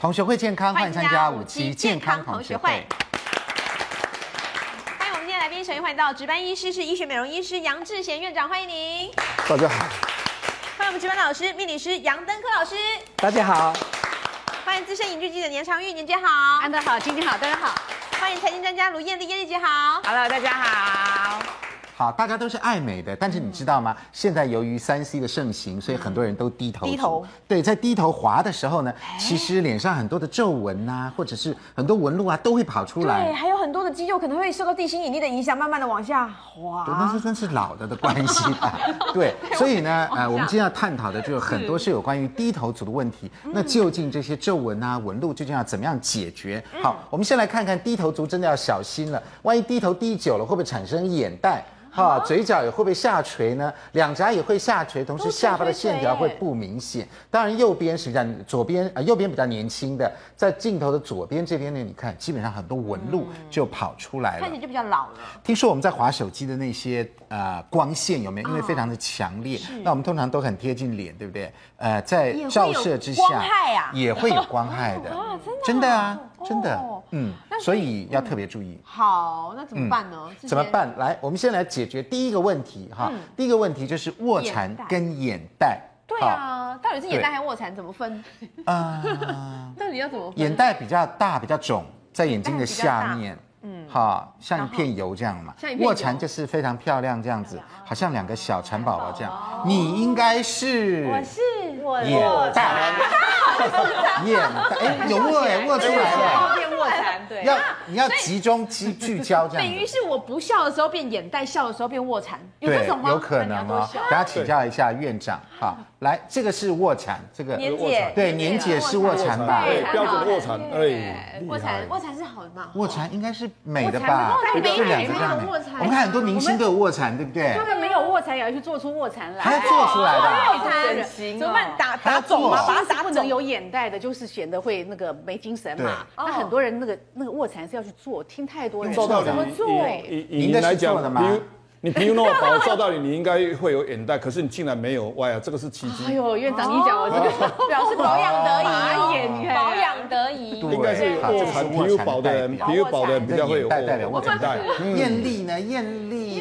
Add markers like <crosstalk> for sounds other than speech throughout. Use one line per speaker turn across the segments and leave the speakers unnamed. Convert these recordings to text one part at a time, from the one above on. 同学会健康，欢
欢
迎
迎
参
参
加
加
五
五
期
期
健
健
康
康
同
同
学
学
会
会。欢迎我们今天来宾，首先欢迎到值班医师是医学美容医师杨志贤院长，欢迎您；
大家好，
欢迎我们值班老师命理师杨登科老师，
大家好，
欢迎资深影剧记者年长玉，年姐好；
安德好，晶晶好，大家好。
欢迎财经专家卢艳丽，艳丽姐好。
Hello，大家好。
好，大家都是爱美的，但是你知道吗？现在由于三 C 的盛行，所以很多人都低头。
低头。
对，在低头滑的时候呢，其实脸上很多的皱纹呐、或者是很多纹路啊，都会跑出
对，
来。
还有很多的肌肉可能会受到地心引力的影响，慢慢的往下滑。
对，但是真是老的的关 <laughs> 系吧。啊对，所以呢，呃，我们今天要探讨的就是很多是有关于低头族的问题。那究竟这些皱纹啊、纹路究竟要怎么样解决？好，我们先来看看低头族真的要小心了，万一低头低久了，会不会产生眼袋？哈、嘴角也会不会下垂呢？两颊也会下垂，同时下巴的线条会不明显。当然，右边是比较左边呃，右边比较年轻的，在镜头的左边这边呢，你看基本上很多纹路就跑出来了，
看起来就比较老了，
听说我们在划手机的那些呃光线有没有？因为非常的强烈，那我们通常都很贴近脸，对不对？呃，在
会有
照射之下，
光害啊
也会有光害
<laughs>
的，
哦
真的啊，真的，嗯，所以要特别注
嗯
意。
好，那怎么办呢？之前
怎么？办？来，我们先来解决第一个问题哈。第一个问题就是卧蚕跟眼袋。
对
好，
啊，到底是眼袋
对
还是卧蚕？怎么分？
啊，
到底要怎么分？
眼袋比较大，比较肿，在眼睛的下面。嗯，好，像一片油这样嘛
像一。片油
卧蚕就是非常漂亮这样子，好像两个小蚕宝宝这样。你应该是
我是我
眼
<laughs>
袋，眼袋，哎，有握哎，握出来了。
变卧蚕，对。
要你要集中集聚焦这
<laughs>
样
等于
子。
是我不笑的时候变眼袋，笑的时候变卧蚕，有这
对
种，吗？
有可能哦。大家请教一下院长，好，来，这个是呃卧蚕，这个
年姐，
对年姐是卧蚕吧？
对，标准的卧蚕，哎，
卧蚕，卧蚕是好的嘛？
卧蚕应该是美的吧？
卧蚕
这两个
美
叫
美
美
卧蚕啊
我们看很多明星都有卧蚕，对不对？
他们没有卧蚕，也要去做出卧蚕来。哎
还要做出来的，
卧蚕
怎么办？打
还要
打
做
肿吗？把它打不能有眼袋的，就是显得会那个没精神嘛。那很多人那个那个卧蚕是要去做，听太多人
照道理
怎么做？
以以
你
以
应
你
该
来
是做的
讲，
嘛
你你皮肤那么薄，照道理你应该会有眼袋，可是你竟然没有，哇呀，这个是奇迹
哎，呦，院长，你讲我这个表示保养得宜
哦
眼，你看
保养得宜，
对
应该是
啊
好
卧
这个
蚕，
是
皮肤薄的人，
代表
皮肤薄的人比较会
眼
有嗯
袋代表卧蚕
眼袋。
艳丽呢？艳丽，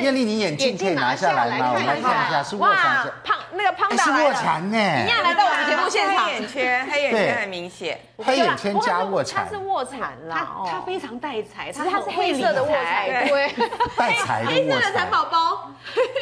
艳丽，你眼镜可以
眼镜
拿
拿
下
下
来
来
吗？我们来
看一下
看一下，是卧蚕，
胖那个胖
哎
达
是
来
卧
了
蚕呢？
一样来到我
<laughs>
们节目现场
黑，眼圈，黑眼
对
圈很明显。
黑眼圈加卧蚕
它是，卧蚕啦，
它它
哦
非常带财，
只是它是黑色的卧蚕，
理
对，
带财的
黑
卧
色的蚕
蚕，
宝宝，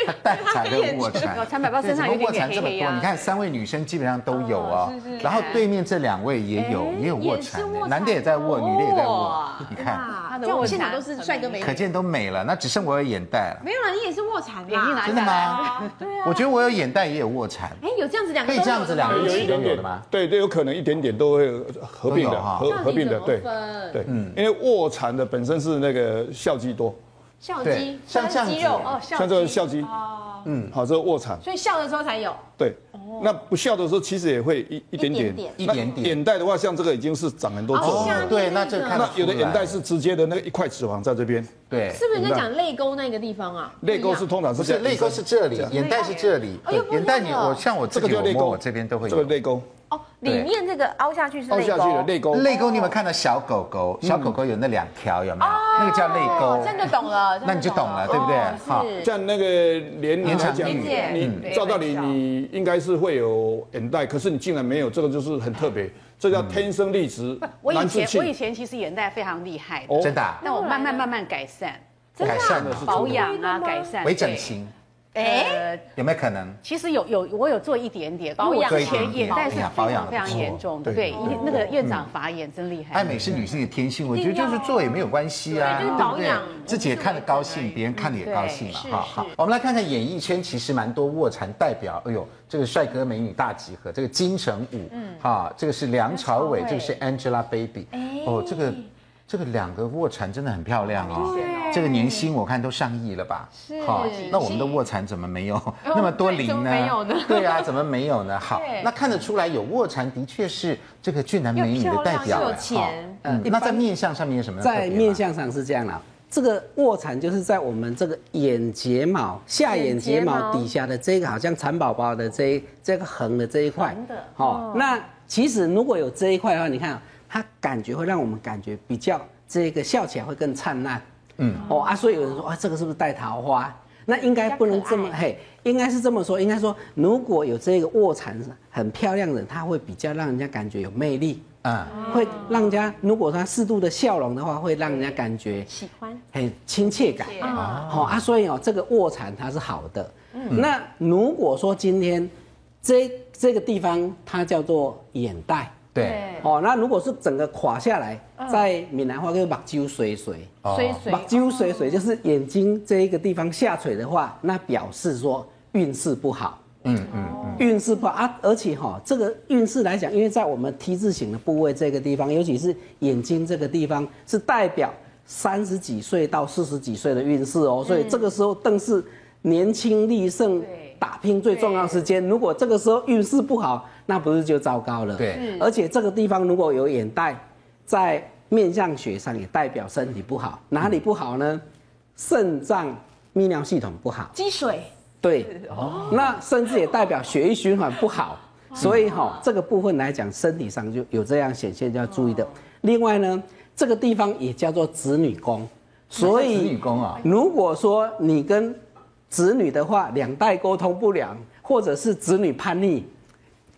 它带财的卧蚕。
有蚕宝宝身上有
对
点
卧蚕这么
黑黑
多，
呀
你看三位女生基本上都有哦，然后对面这两位也有，也有卧蚕呢，男的也在卧，女的也在卧，你看，
啊
它的
在我们
卧
现场
蚕
都是帅哥美女
可，见都美了，那只剩我有眼袋了，
没有啦，你也是卧蚕啊
眼睛
啦，
拿
真的
下来。
吗？我觉得我有眼袋，也有卧蚕。
哎，有这样子两个
可以这样子两个
有一
都
点
有
点
的吗？
对对，有可能一点点都会合并
都有
的，
哈嗯
合合并的，对
分
对，因为卧蚕的本身是那个笑肌多，
笑
对
肌，
像这样子
肌肉哦，笑
像这个
肌，
笑肌，嗯，好，这个卧蚕，
所以笑的时候才有，
对，那不笑的时候其实也会一一点
一点点
点，
一
那
点点
眼袋的话，像这个已经是长很多皱
哦像
了，
对，那这看得
那
出
有的眼袋
来
是直接的那个一块脂肪在这边，
对，
是不是在讲泪沟那个地方啊？
泪沟是通常
不
是
是
在
泪沟是这里，眼袋是这里，对眼袋你我像我自
这个
己
叫
我
泪
摸
沟，
我这边都会
这个
有。
泪沟
哦，里面这个凹下去是
凹
泪
下去的
沟，
泪沟，嗯
泪沟你有没有看到小狗狗？小狗狗有那两条有没有？那个叫泪沟，哦
真的懂了，
那你就懂了，对不对？好，
像那个
年
连年
长
长讲，
年
姐
你照道理你应该是会有眼袋，可是你竟然没有，这个就是很特别，这
嗯
叫天生丽质
我以
难自
前
弃
我。以前其实眼袋非常厉害的，
哦
真的啊
但我慢慢慢慢改善，
啊
改善了是
保养啊，改善
微整。形
对呃，
有没有可能？
其实有有我有做一点点，保
养
养之前眼袋是非
哎保养
常非常严重的，对，
对
一那个院长法眼真厉
嗯
害。
爱美是女性的天性，我觉得就是做也没有关系啊，
对就是
对不
保
对
养？
自己也看得高兴，别人看得也高兴嘛，
嗯
哈好。我们来看看演艺圈，其实蛮多卧蚕代表，哎呦，这个帅哥美女大集合，这个金城武，
嗯
哈，这个是梁朝伟，这个是 Angelababy，哦，
哎
这个。这个两个卧蚕真的很漂亮哦，这个年薪我看都上亿了吧？是那我们的卧蚕怎么没有那么多
哦对
零
怎么
呢？
没有呢
对啊，怎么没有
<laughs>
呢？好，那看得出来有卧蚕的确是这个俊男美女的代表，
又有
哎
钱
哈嗯，那在面相上面有什么特别吗？
在面相上是这样啦，这个卧蚕就是在我们这个眼睫毛下眼睫哦毛底下的这个，好像蚕宝宝的这一这个横的这一块。好、那其实如果有这一块的话，你看啊它感觉会让我们感觉比较这个笑起来会更灿烂。嗯，哦啊，所以有人说啊，这个是不是带桃花？那应该不能这么嘿，应该是这么说，应该说如果有这个卧蚕很漂亮的人，他会比较让人家感觉有魅力。
嗯，
会让人家，如果他适度的笑容的话，会让人家感觉
喜欢。
很亲切感
是
啊。嗯好、啊，所以哦，这个卧蚕它是好的。那如果说今天这这个地方它叫做眼袋，
对，
哦，那如果是整个垮下来，在闽南话叫目睭水嗯水，
哦
水水
目睭水水就是眼睛这一个地方下垂的话，那表示说运势不好。
嗯嗯，
运势不好啊，而且哈、这个运势来讲，因为在我们 T 字形的部位这个地方，尤其是眼睛这个地方，是代表三十几岁到四十几岁的运势
嗯
哦，所以这个时候更是年轻力盛
对、
打拼最重要的时间。如果这个时候运势不好，那不是就糟糕了？
对
而且这个地方如果有眼袋，在面相学上也代表身体不好，哪里不好呢？肾脏泌尿系统不好。
积水
对，
哦
那甚至也代表血液循环不好，所以哈、这个部分来讲，身体上就有这样显现，就要注意的。另外呢，这个地方也叫做子女宫，所
哪个子
以
女宫啊
如果说你跟子女的话，两代沟通不良，或者是子女叛逆。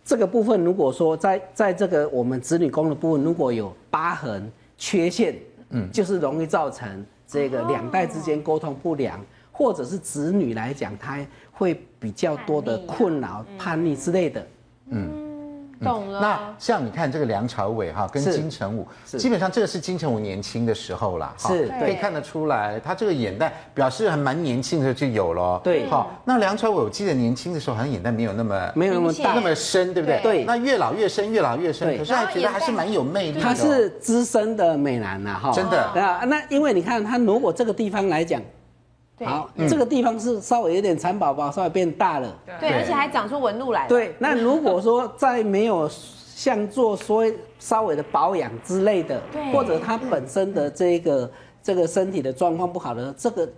这个部分如果说在在这个我们子女宫的部分，如果有疤痕、缺陷，嗯，就是容易造成这个两代之间沟通不良，或者是子女来讲，他会比较多的困扰、叛逆之类的。
懂了。
那像你看这个梁朝伟哈，跟
是
金城武，
是
基本上这个是金城武年轻的时候啦，哈
是
可以
对
看得出来，他这个眼袋表示还蛮年轻的时候就有了。
对
好，那梁朝伟我记得年轻的时候好像眼袋没有那么
没有那么
那
大，
么深，对不对？
对
那越老越深，越老越深，
对
可是还觉得还是蛮有魅力的哦。
她是资深嗯的美男呐、哈，
真的
啊。那因为你看，她如果这个地方来讲，好，这个地方是稍微有点蚕宝宝，稍微变大了。
对，而且还长出纹路来了。
对，那如果说再没有像做所谓稍微的保养之类的，或者他本身的这个这个身体的状况不好的，这个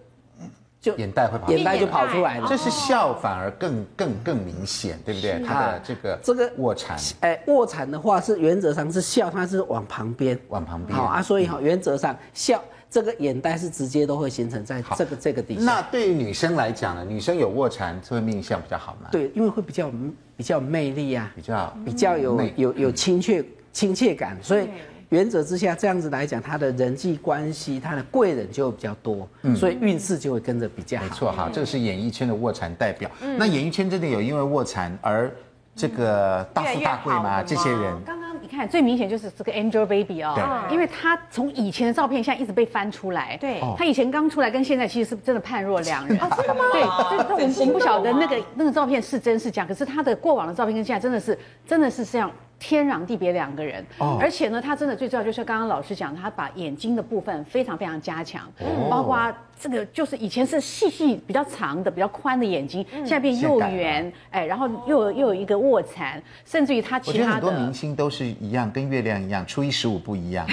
就
眼袋会跑出来
眼袋就跑出来了
这。是笑反而更更更明显，对不对？他的这个
这个
卧蚕
哎，卧蚕的话是原则上是笑，它是往旁边，
往旁边嗯
好啊，所以哈、原则上笑这个眼袋是直接都会形成在这个这个底
那
下。
对于女生来讲呢，女生有卧蚕会命相比较好吗？，
对，因为会比较比较有魅力啊，
比较嗯
比较有
内
有有亲切亲切感，所以原则之下这样子来讲，他的人际关系，他的贵人就会比较多，所以运势就会跟着比较
嗯
好。
没错，哈，这个是演艺圈的卧蚕代表。那演艺圈真的有因为卧蚕而这个大富大贵吗？这些人
刚刚你看最明显就是这个 Angelababy 哦，
嗯对
因为她从以前的照片现在一直被翻出来，
对
哦
她以前刚出来跟现在其实是真的判若两 <laughs> 人，啊真的吗？对，这这我们我们不晓得那个那个照片是真是假，可是她的过往的照片跟现在真的是真的是这样。天壤地别两个人，
哦
而且呢，她真的最重要就是刚刚老师讲的，她把眼睛的部分非常非常加强，
哦
包括这个就是以前是细细比较长的、比较宽的眼睛，现在变
现
又
代了
圆，哎，然后又有又有一个卧蚕，甚至于她
我
其
觉得
他
很多
的
明星都是一样，跟月亮一样，初一十五不一样，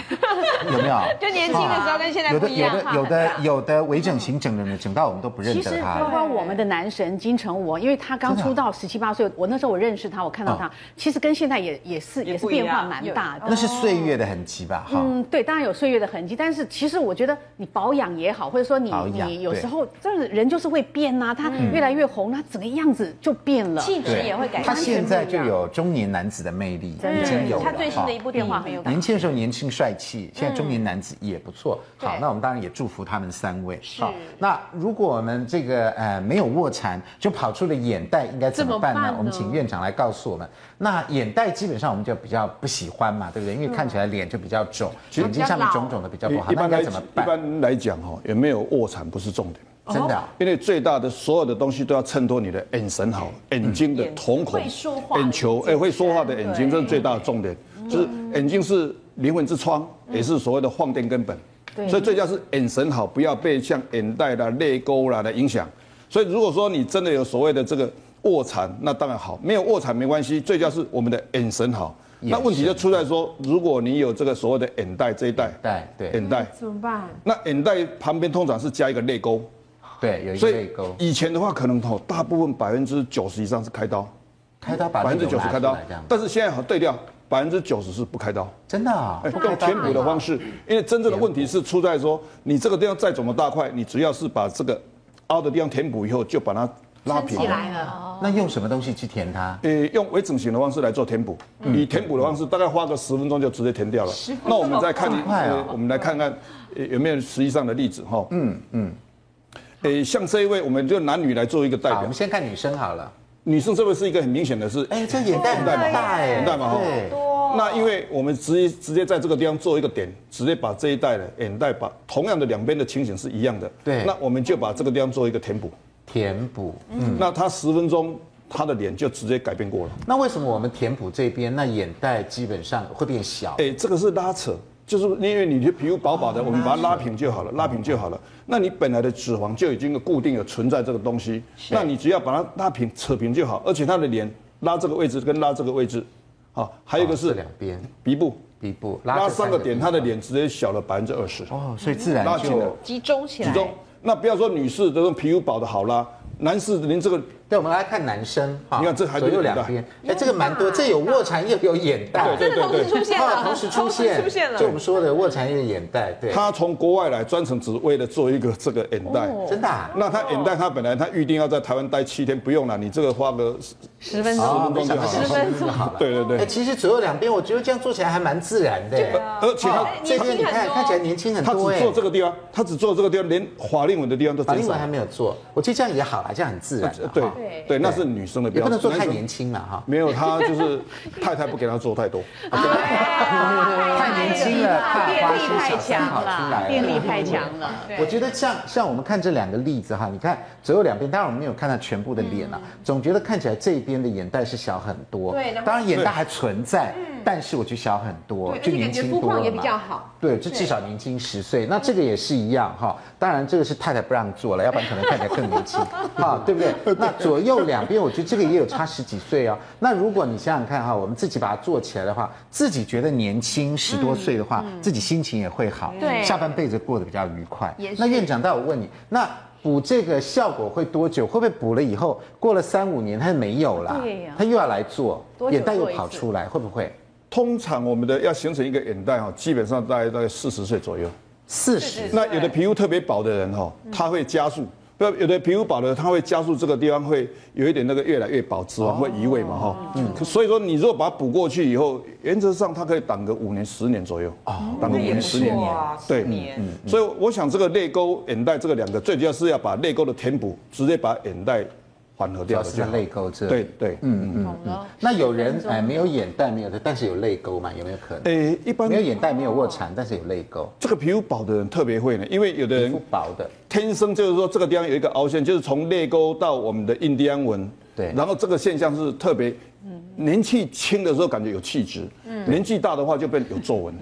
有没有？
就年轻的时候跟现在
有
不
的
一
有
样
的
哈。
有的有的微整形整人的，整到我们都不认
其
得
实
他
包
了。
括我们的男神金城武，因为他刚
真的啊哦
出道十七八岁，我那时候我认识他，我看到他，其实跟现在也也是也是
不一样嗯
变化蛮大的。
那是岁月的痕迹吧？哈，
嗯，对，当然有岁月的痕迹，但是其实我觉得你保养也好，或者说你
保养
你有
对嗯
时候真的人就是会变呐、他越来越红，他整个样子就变了。
气质也会改
他
变，
现在就有中年男子的魅力，已经有了。
他最新
哈嗯
的一部电话很有感
年。轻的时候年轻帅气，现在中年男子也不错。好，
对
那我们当然也祝福他们三位。好，那如果我们这个呃没有卧蚕，就跑出了眼袋，应该怎么办呢？
怎么办呢
我们请院长来告诉我们。那眼袋基本上我们就比较不喜欢嘛，对不对？因为看起来脸就比较肿，眼睛上面肿肿的比较不好，
一
那
般
应该
来
怎么
一
办？
般来讲哈，也没有卧蚕不是重点。
真
哦
的啊，
因为最大的所有的东西都要衬托你的眼神好，眼睛的瞳孔
会说话、的
眼球，哎，会说话的眼睛，这是最大的重点。就是眼睛是灵魂之窗，也是所谓的放电根本。所以最佳是眼神好，不要被像眼袋啦、泪沟啦的影响。所以如果说你真的有所谓的这个卧蚕，那当然好；没有卧蚕没关系，最佳是我们的眼神好。那问题就出在说，如果你有这个所谓的眼袋这一带，
袋对
眼袋，
怎么办？
那眼袋旁边通常是加一个泪沟。
对，有一个
所
泪
以
沟，
以前的话，可能吼大部分百分之九十以上是开刀，
开刀把
百分之
泪沟
九十
拿
开
出
刀
来这样，子。
但是现在好对调，百分之九十是不开刀，
真的啊
哎，用填补的方式，因为真正的问题是出在说，你这个地方再怎么大块，你只要是把这个凹的地方填补以后，就把它拉平
起。来了，
那用什么东西去填它？
呃，用微整形的方式来做填补，以填补的方式大概花个十分钟就直接填掉了。那我们再看，
快啊
呃我们来看看呃有没有实际上的例子哈。嗯嗯。呃，像这一位，我们就男女来做一个代
好，我
表
们。先看女生好了。
女生这位是一个很明显的是，
哎，这眼袋很大哎，
眼袋嘛哈
对，
那因为我们直接直接在这个地方做一个点，直接把这一带的眼袋把同样的两边的情形是一样的，
对
那我们就把这个地方做一个填补，
填补。
那他十分钟他的脸就直接改变过了，
那为什么我们填补这边，那眼袋基本上会变小？
哎，这个是拉扯。就是因为你的皮肤薄薄的，我们把它拉平就好了，拉平就好了。那你本来的脂肪就已经固定的存在这个东西，那你只要把它拉平、扯平就好。而且他的脸拉这个位置跟拉这个位置，好，还哎有一个
哦
是
这两边
鼻部，
鼻部
拉
这
三个点，
地
她
方
的脸直接小了百分之二十，
哦，所以自然
拉近了
就。
集中起
集
来。
中。那不要说女士这种皮肤薄的好啦，男士连这个
对，我们来看男生哈
你看这还
左右
有眼
两
袋
边，哎，这个蛮多，这有卧蚕又有眼袋，
对对
同
对对
时出现
啊
了，
同时出现，
同时出
<laughs>
现了
就我们说的卧蚕又有眼袋，对，
她从国外来专程只为了做一个这个眼袋。
真的啊，
那她眼袋，她本来她预定要在台湾待七天，不用了，你这个花个
十分钟，
哦，没想到
十分
钟好了，
对对对
哎，其实左右两边，我觉得这样做起来还蛮自然的，
啊
而且她
哦这边你看看起来年轻很
她
多，
只
哎，
做这个地方，她只做这个地方，连法令纹的地方都
法
增
令
少
纹还。没有做，我觉得这样也好啦，这样很自然啦，
对
哈
对，那是女生的
也
标
不能
准，
做太
男生
年轻了哈。
没有，她就是太太不给她做太多。
啊
太年轻了，
哎
太花心
太
小三
强
好出
了
来了，，
电力太强了。
我觉得像像我们看这两个例子哈，你看左右两边，当然我们没有看到全部的脸啊，总觉得看起来这边的眼袋是小很多，
对然后
当然嗯眼袋还存在，但是我觉得小很多，就年轻多了嘛，
好。
对，就至少年轻十岁。那这个也是一样哈，当然这个是太太不让做了，要不然可能看起来更
<laughs>
年轻啊，对不对？那左右两边，我觉得这个也有差十几岁哦。那如果你想想看哈，我们自己把它做起来的话，自己觉得年轻十多岁的
嗯
话，自己心情也会好，
对
下半辈子过得比较愉快
也。
那院长，但我问你，那补这个效果会多久？会不会补了以后，过了三五年它就没有了？
对呀
它又要来做，
多久
眼袋又
做一
跑
次
出来，会不会？
通常我们的要形成一个眼袋哈，基本上大概大概四十岁左右。
四十
那有的皮肤特别薄的人哈、他会加速；不，有的皮肤薄的人，他会加速这个地方会有一点那个越来越薄，脂肪会移位嘛哈、嗯，所以说你如果把它补过去以后，原则上它可以挡个五年、十年左右啊，挡个五年、十年。
啊
对，嗯，所以我想这个泪沟、眼袋这个两个，最主要是要把泪沟的填补，直接把眼袋缓和
主
掉
要
了
是
就
在
好。
泪沟这里。
对对，嗯，
那有人哎没有眼袋没有的，但是有泪沟嘛？有没有可能？
诶，一般
没有眼袋没有卧蚕，但是有泪沟，
这个皮肤薄的人特别会呢，因为有的
皮
人
肤薄的，
天生就是说这个地方有一个凹陷，就是从泪沟到我们的印第安纹。
对
然后这个现象是特别，年纪轻的时候感觉有气质，
嗯
年纪大的话就变有皱纹。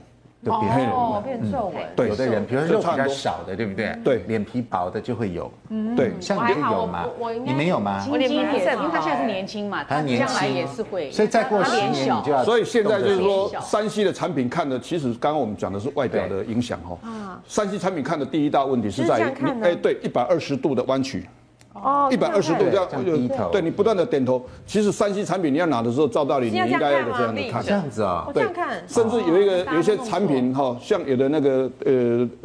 就变嗯黑人。
哦，变皱纹。
对
有的人，比如说
就
肉
差
比
很
较
多
少的，对不对？
对
脸皮薄的就会有。
嗯
对，
像你就有吗？你没有吗？
金基点，因为他现在是年轻嘛，
啊他
他
年轻
将来也是会，
所以再过
他
十
脸
年
小
你就要。
所以现在就是
动
说
作，小
山西的产品看的，其实刚刚我们讲的是外表的影响哈。山西产品看的第一大问题是在于
就是这样看，呢
哎，对，一百二十度的弯曲。
哦
一百二十度
对
这样呃
这样低头
对你不断的点头。其实山西产品你要拿的时候，照道理你
是要
应该
这
要
样看吗
这样的看
这。样子啊
我，这样看，哦
甚至有一个有一些产品哈，像有的那个呃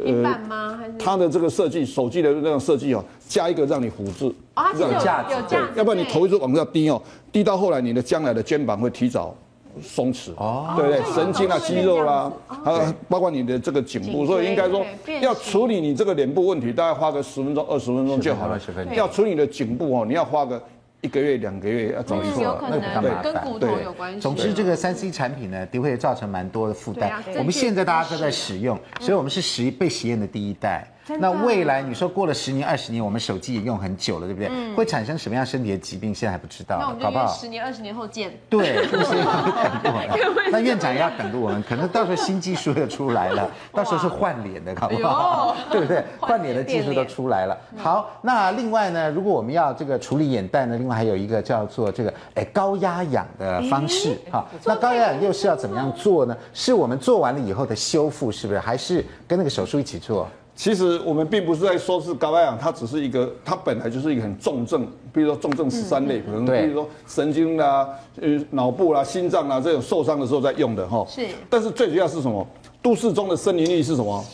一半
呃，
吗？还是
它的这个设计，手机的那种设计哦，加一个让你虎字，
哦，它是有
有架子
有
对
架子，
要不然你
对
头一直往下低哦，低到后来你的将来的肩膀会提早松弛，哦，对不对？神经啊、肌肉啦，
哦
还有包括你的这个颈部，所以应该说
变形
要处理你这个脸部问题，大概花个十分钟、二十分钟就好了
10分钟。
要处理你的颈部哦，你要花个一个月、两个月要找
没
一
嗯
错，
次。
有可能
那比较麻烦
跟骨头
对
有关系
总之，这个三 C 产品呢，的确造成蛮多的负担
对啊。
我们现在大家都在使
嗯
用，所以我们是实被实验的第一代。那
啊
未来你说过了十年、二十年，我们手机也用很久了，对不对？会产生什么样身体的疾病，现在还不知
嗯那我
道
们，就
搞不
约
好
十。年、二十年后见。
对，
<laughs>
就是要等
<laughs>
着我们。那院长也要等着我们，可能到时候新技术又出来了，到时候是换脸的，搞不好， <laughs> 对不对？换脸的技术都出来了。好，那另外呢，如果我们要这个处理眼袋呢，另外还有一个叫做这个哎高压氧的方式哈。那高压氧又是要怎么样做呢？是我们做完了以后的修复，是不是？还是跟那个手术一起做？
其实我们并不是在说是高压氧，它只是一个，它本来就是一个很重症，比如说重症十三类，可能
对
比如说神经啦、呃脑部啦、心脏啦这种受伤的时候在用的哈。
是
但是最主要是什么？都市中的森林力是什么？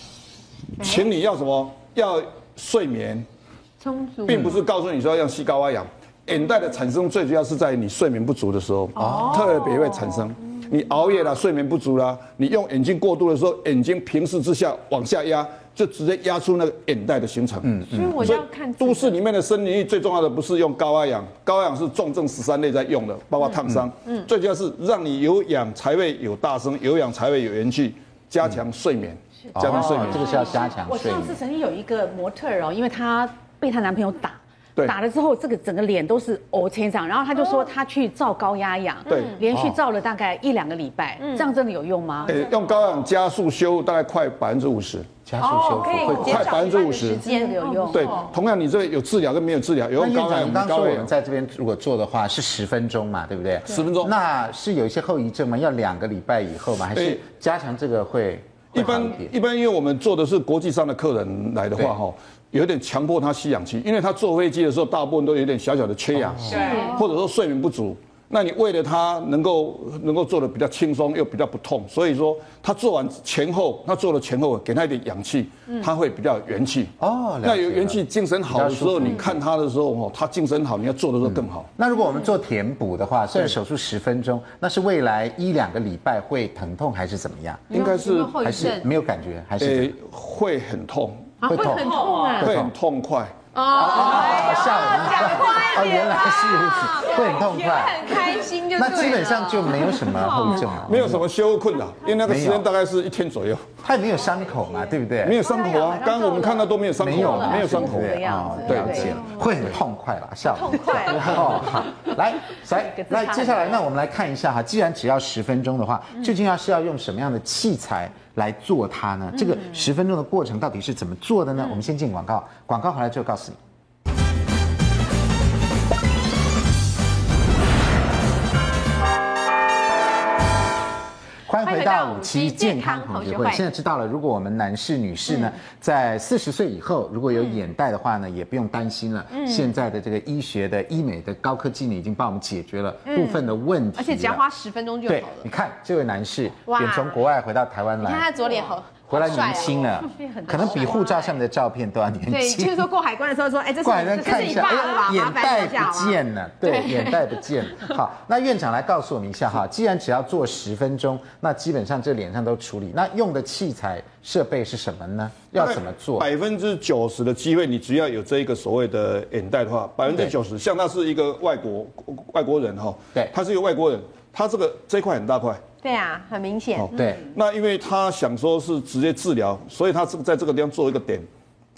请你要什么？要睡眠，
充足
并不是告诉你说要吸高压氧。眼袋的产生最主要是在你睡眠不足的时候，特别会产生。你熬夜啦，睡眠不足啦，你用眼睛过度的时候，眼睛平视之下往下压，就直接压出那个眼袋的形成。嗯，
所以我就要看自己
都市里面的森林浴最重要的不是用高压氧，高压氧是重症十三类在用的，包括烫伤。嗯，最主要是让你有氧才会有大声，有氧才会有元气，加强睡眠，加强睡眠
哦。这个是要加强
我
睡
上
眠
次。曾经有一个模特儿哦，因为她被她男朋友打。
对
打了之后，这个整个脸都是哦成长，然后她就说她去照高压氧，
对
连
哦
续照了大概一两个礼拜，这样真的有用吗？
诶呃用高压氧加速修大概快百分之五十。
加速
哦
修复会快。
快百分之五
时
十。
间哦
嗯
有用。
对，同样你这个有治疗跟没有治疗，有
哦那
用
院
高
长，
压氧
您刚
跟
说
高
我
压
们
氧。
在这边如果做的话是十分钟嘛，对不对？
10分钟
那是有一些后遗症吗？要两个礼拜以后吗？还是
诶
加强这个会
一
会好
般
一点？
一般，因为我们做的是国际上的客人来的
对
话，哈，有点强迫他吸氧气，因为他坐飞机的时候，大部分都有点小小的缺
哦
氧，或者说睡眠不足。那你为了他能够能够做的比较轻松又比较不痛，所以说他做完前后，他做了前后，给他一点氧气，他会比较有元气。
嗯哦了解
那有元气，精神好的时
比较舒
候，
服
你看他的时候，哦，他精神好，你要做的时候更好。
那如果我们做填补的话，虽然手术十分钟，那是未来一两个礼拜会疼痛还是怎么样？
应该
有没
是
有后遗
还
症
是没有感觉？还是
诶会很痛，
会痛？
痛啊！
会很痛快。
啊
哦，吓我一跳！ <laughs> 哦，原来是如此，会很痛快。
很开心就对
那
了。
基本上就没有什么后遗症了，
没有什么修复困扰，因为那个时
没有
间大概是一天左右，
他也没有伤口嘛，对不对？
没有伤口啊。刚刚我们看到都没有伤口啊，没有伤口
没有的样子
对
对
不对哦了解了，会很痛快啦，下午痛
快
哦。好， <laughs> 来，来
个，字
那
差
接下嗯来，那我们来看一下哈，既然只要十分钟的话，究竟要是要用什么样的器材来做它呢？这个十分钟的过程到底是怎么做的呢？我们先进广告，广告回来之后告诉你。欢迎回到五期健康同学会。嗯现在知道了，如果我们男士、女士呢，在四十岁以后，如果有眼袋的话呢，也不用担心了。现在的这个医学的医美的高科技呢，已经帮我们解决了部分的问题了。
而且只要花十分钟就
对
好，了
你。看这位男士
哇
远从国外回到台湾
你看他
来，
的左脸好，
回来
好帅
年
哦
轻了，可能比护照上面的照片都要年
对，就
轻 <laughs>
是。说过海关的时候说，哎，这是
过来
你
人
这
看
是
一
你
下，
爸的吧？
哎
麻
眼
烦
袋
一下
不
嘛。
见了，对，眼袋不见了。好，那院长来告诉我们一下哈，既然只要做十分钟，那基本上这脸上都处理。那用的器材设备是什么呢？要怎么做？
百分之九十的机会，你只要有这一个所谓的眼袋的话，百分之九十，像他是一个外国外国人哈，
对
他是一个外国人，他这个这一块很大块，
对啊，很明显。
哦
对，
那因为他想说是直接治疗，所以他是在这个地方做一个点，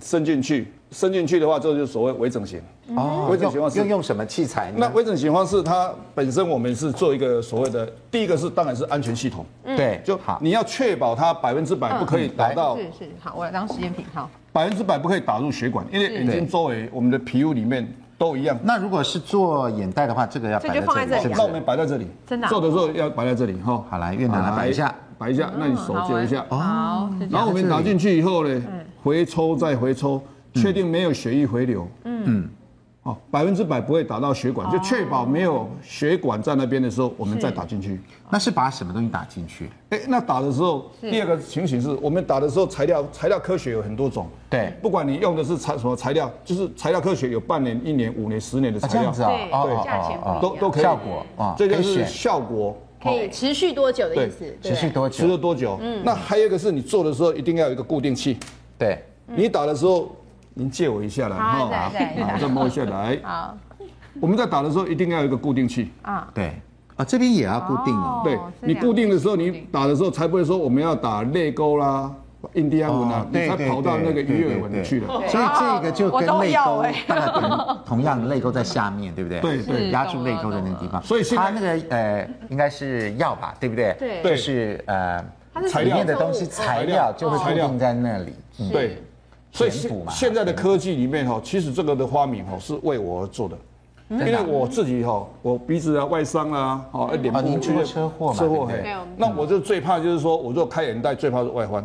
伸进去，伸进去的话，这就是所谓微整形。
哦
微整形方
用
式
用用什么器材
那
呢？
微整形方式，它本身我们是做一个所谓的，第一个是当然是安全系统，
对，
就
好。
你要确保它百分之百不可以达到
嗯是是，好，我当实验品好。
百分之百不可以打入血管，因为眼睛周围我们的皮肤里面都一样。
那如果是做眼袋的话，这个要摆
这就放
在
在
这里，
这
是不
那我们
是？
摆在这里，
真的啊
做的时候要摆在这里哈。
好来院长来摆一下，
摆一下。那你手接一下，
嗯
哦
好，嗯是这
然
样
后我们打进去以后呢，回抽再回抽，
嗯
确定没有血液回流。嗯。哦，百分之百不会打到血
哦
管，就确保没有血管在那边的时候，我们再打进去。
那是把什么东西打进去？
哎，那打的时候，第二个情形是我们打的时候，材料材料科学有很多种，
对
不管你用的是材什么材料，就是材料科学有半年、一年、五年、十年的
啊，
材
这
料，
样子啊，
对
哦
对
哦
价钱不一样
哦哦，
都都可以
效果啊
这就
可以
是
选
效果。
可以持续多久的意思？对
持续多
吃了
久？
多久？那还有一个是你做的时候一定要有一个固定器，
对，
你打的时候，您借我一下来
好
哈
再来再来
好，再摸一下来。
好
我们在打的时候一定要有一个固定器，
对，啊，这边也要固定哦。
对你固定的时候，你打的时候才不会说我们要打泪沟啦、印第安纹啦
哦，
你
对
才
对
跑到
对
那个鱼尾
对对
纹去了。
所以这个就跟
我都
泪
要
沟
哎
大概同同样，泪沟在下面，对不对？
对对
压住泪沟的那个地方。
所以现在
它那个呃，应该是药吧，对不对？
对
就是呃，
材
里
料哦
面的东西材料就会固定在那里。嗯
对，所以
填
现
补嘛
现在的科技里面哈，其实这个的发明哈是为我而做的，因为我自己哈，我鼻子啊外伤啦，哦脸
啊
部
您出过车祸嘛
车祸
对不对
嘿，那我就最怕就是说，我若开眼袋，最怕是外翻。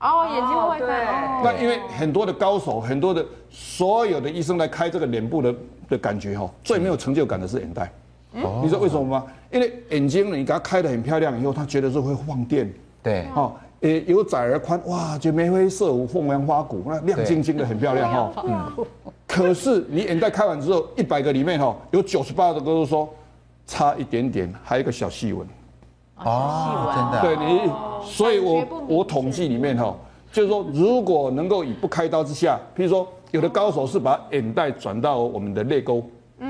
哦，眼睛往外
对
翻，
那
哦，
因为很多的高手，很多的所有的医生来开这个脸部的的感觉哈，最没有成就感的是眼袋。你知道为什么吗？因为眼睛你给它开得很漂亮以后，它觉得是会放电。
对，
哦，诶，由窄而宽，哇，就眉飞色舞，凤阳花鼓，那亮晶晶的，很漂亮哈。嗯。可是你眼袋开完之后，一百个里面哈，有九十八个都是说差一点点，还有一个小细纹。
哦，真的，
对你，
哦
所以我我统计里面哈，就是说如果能够以不开刀之下，譬如说有的高手是把眼袋转到我们的泪沟，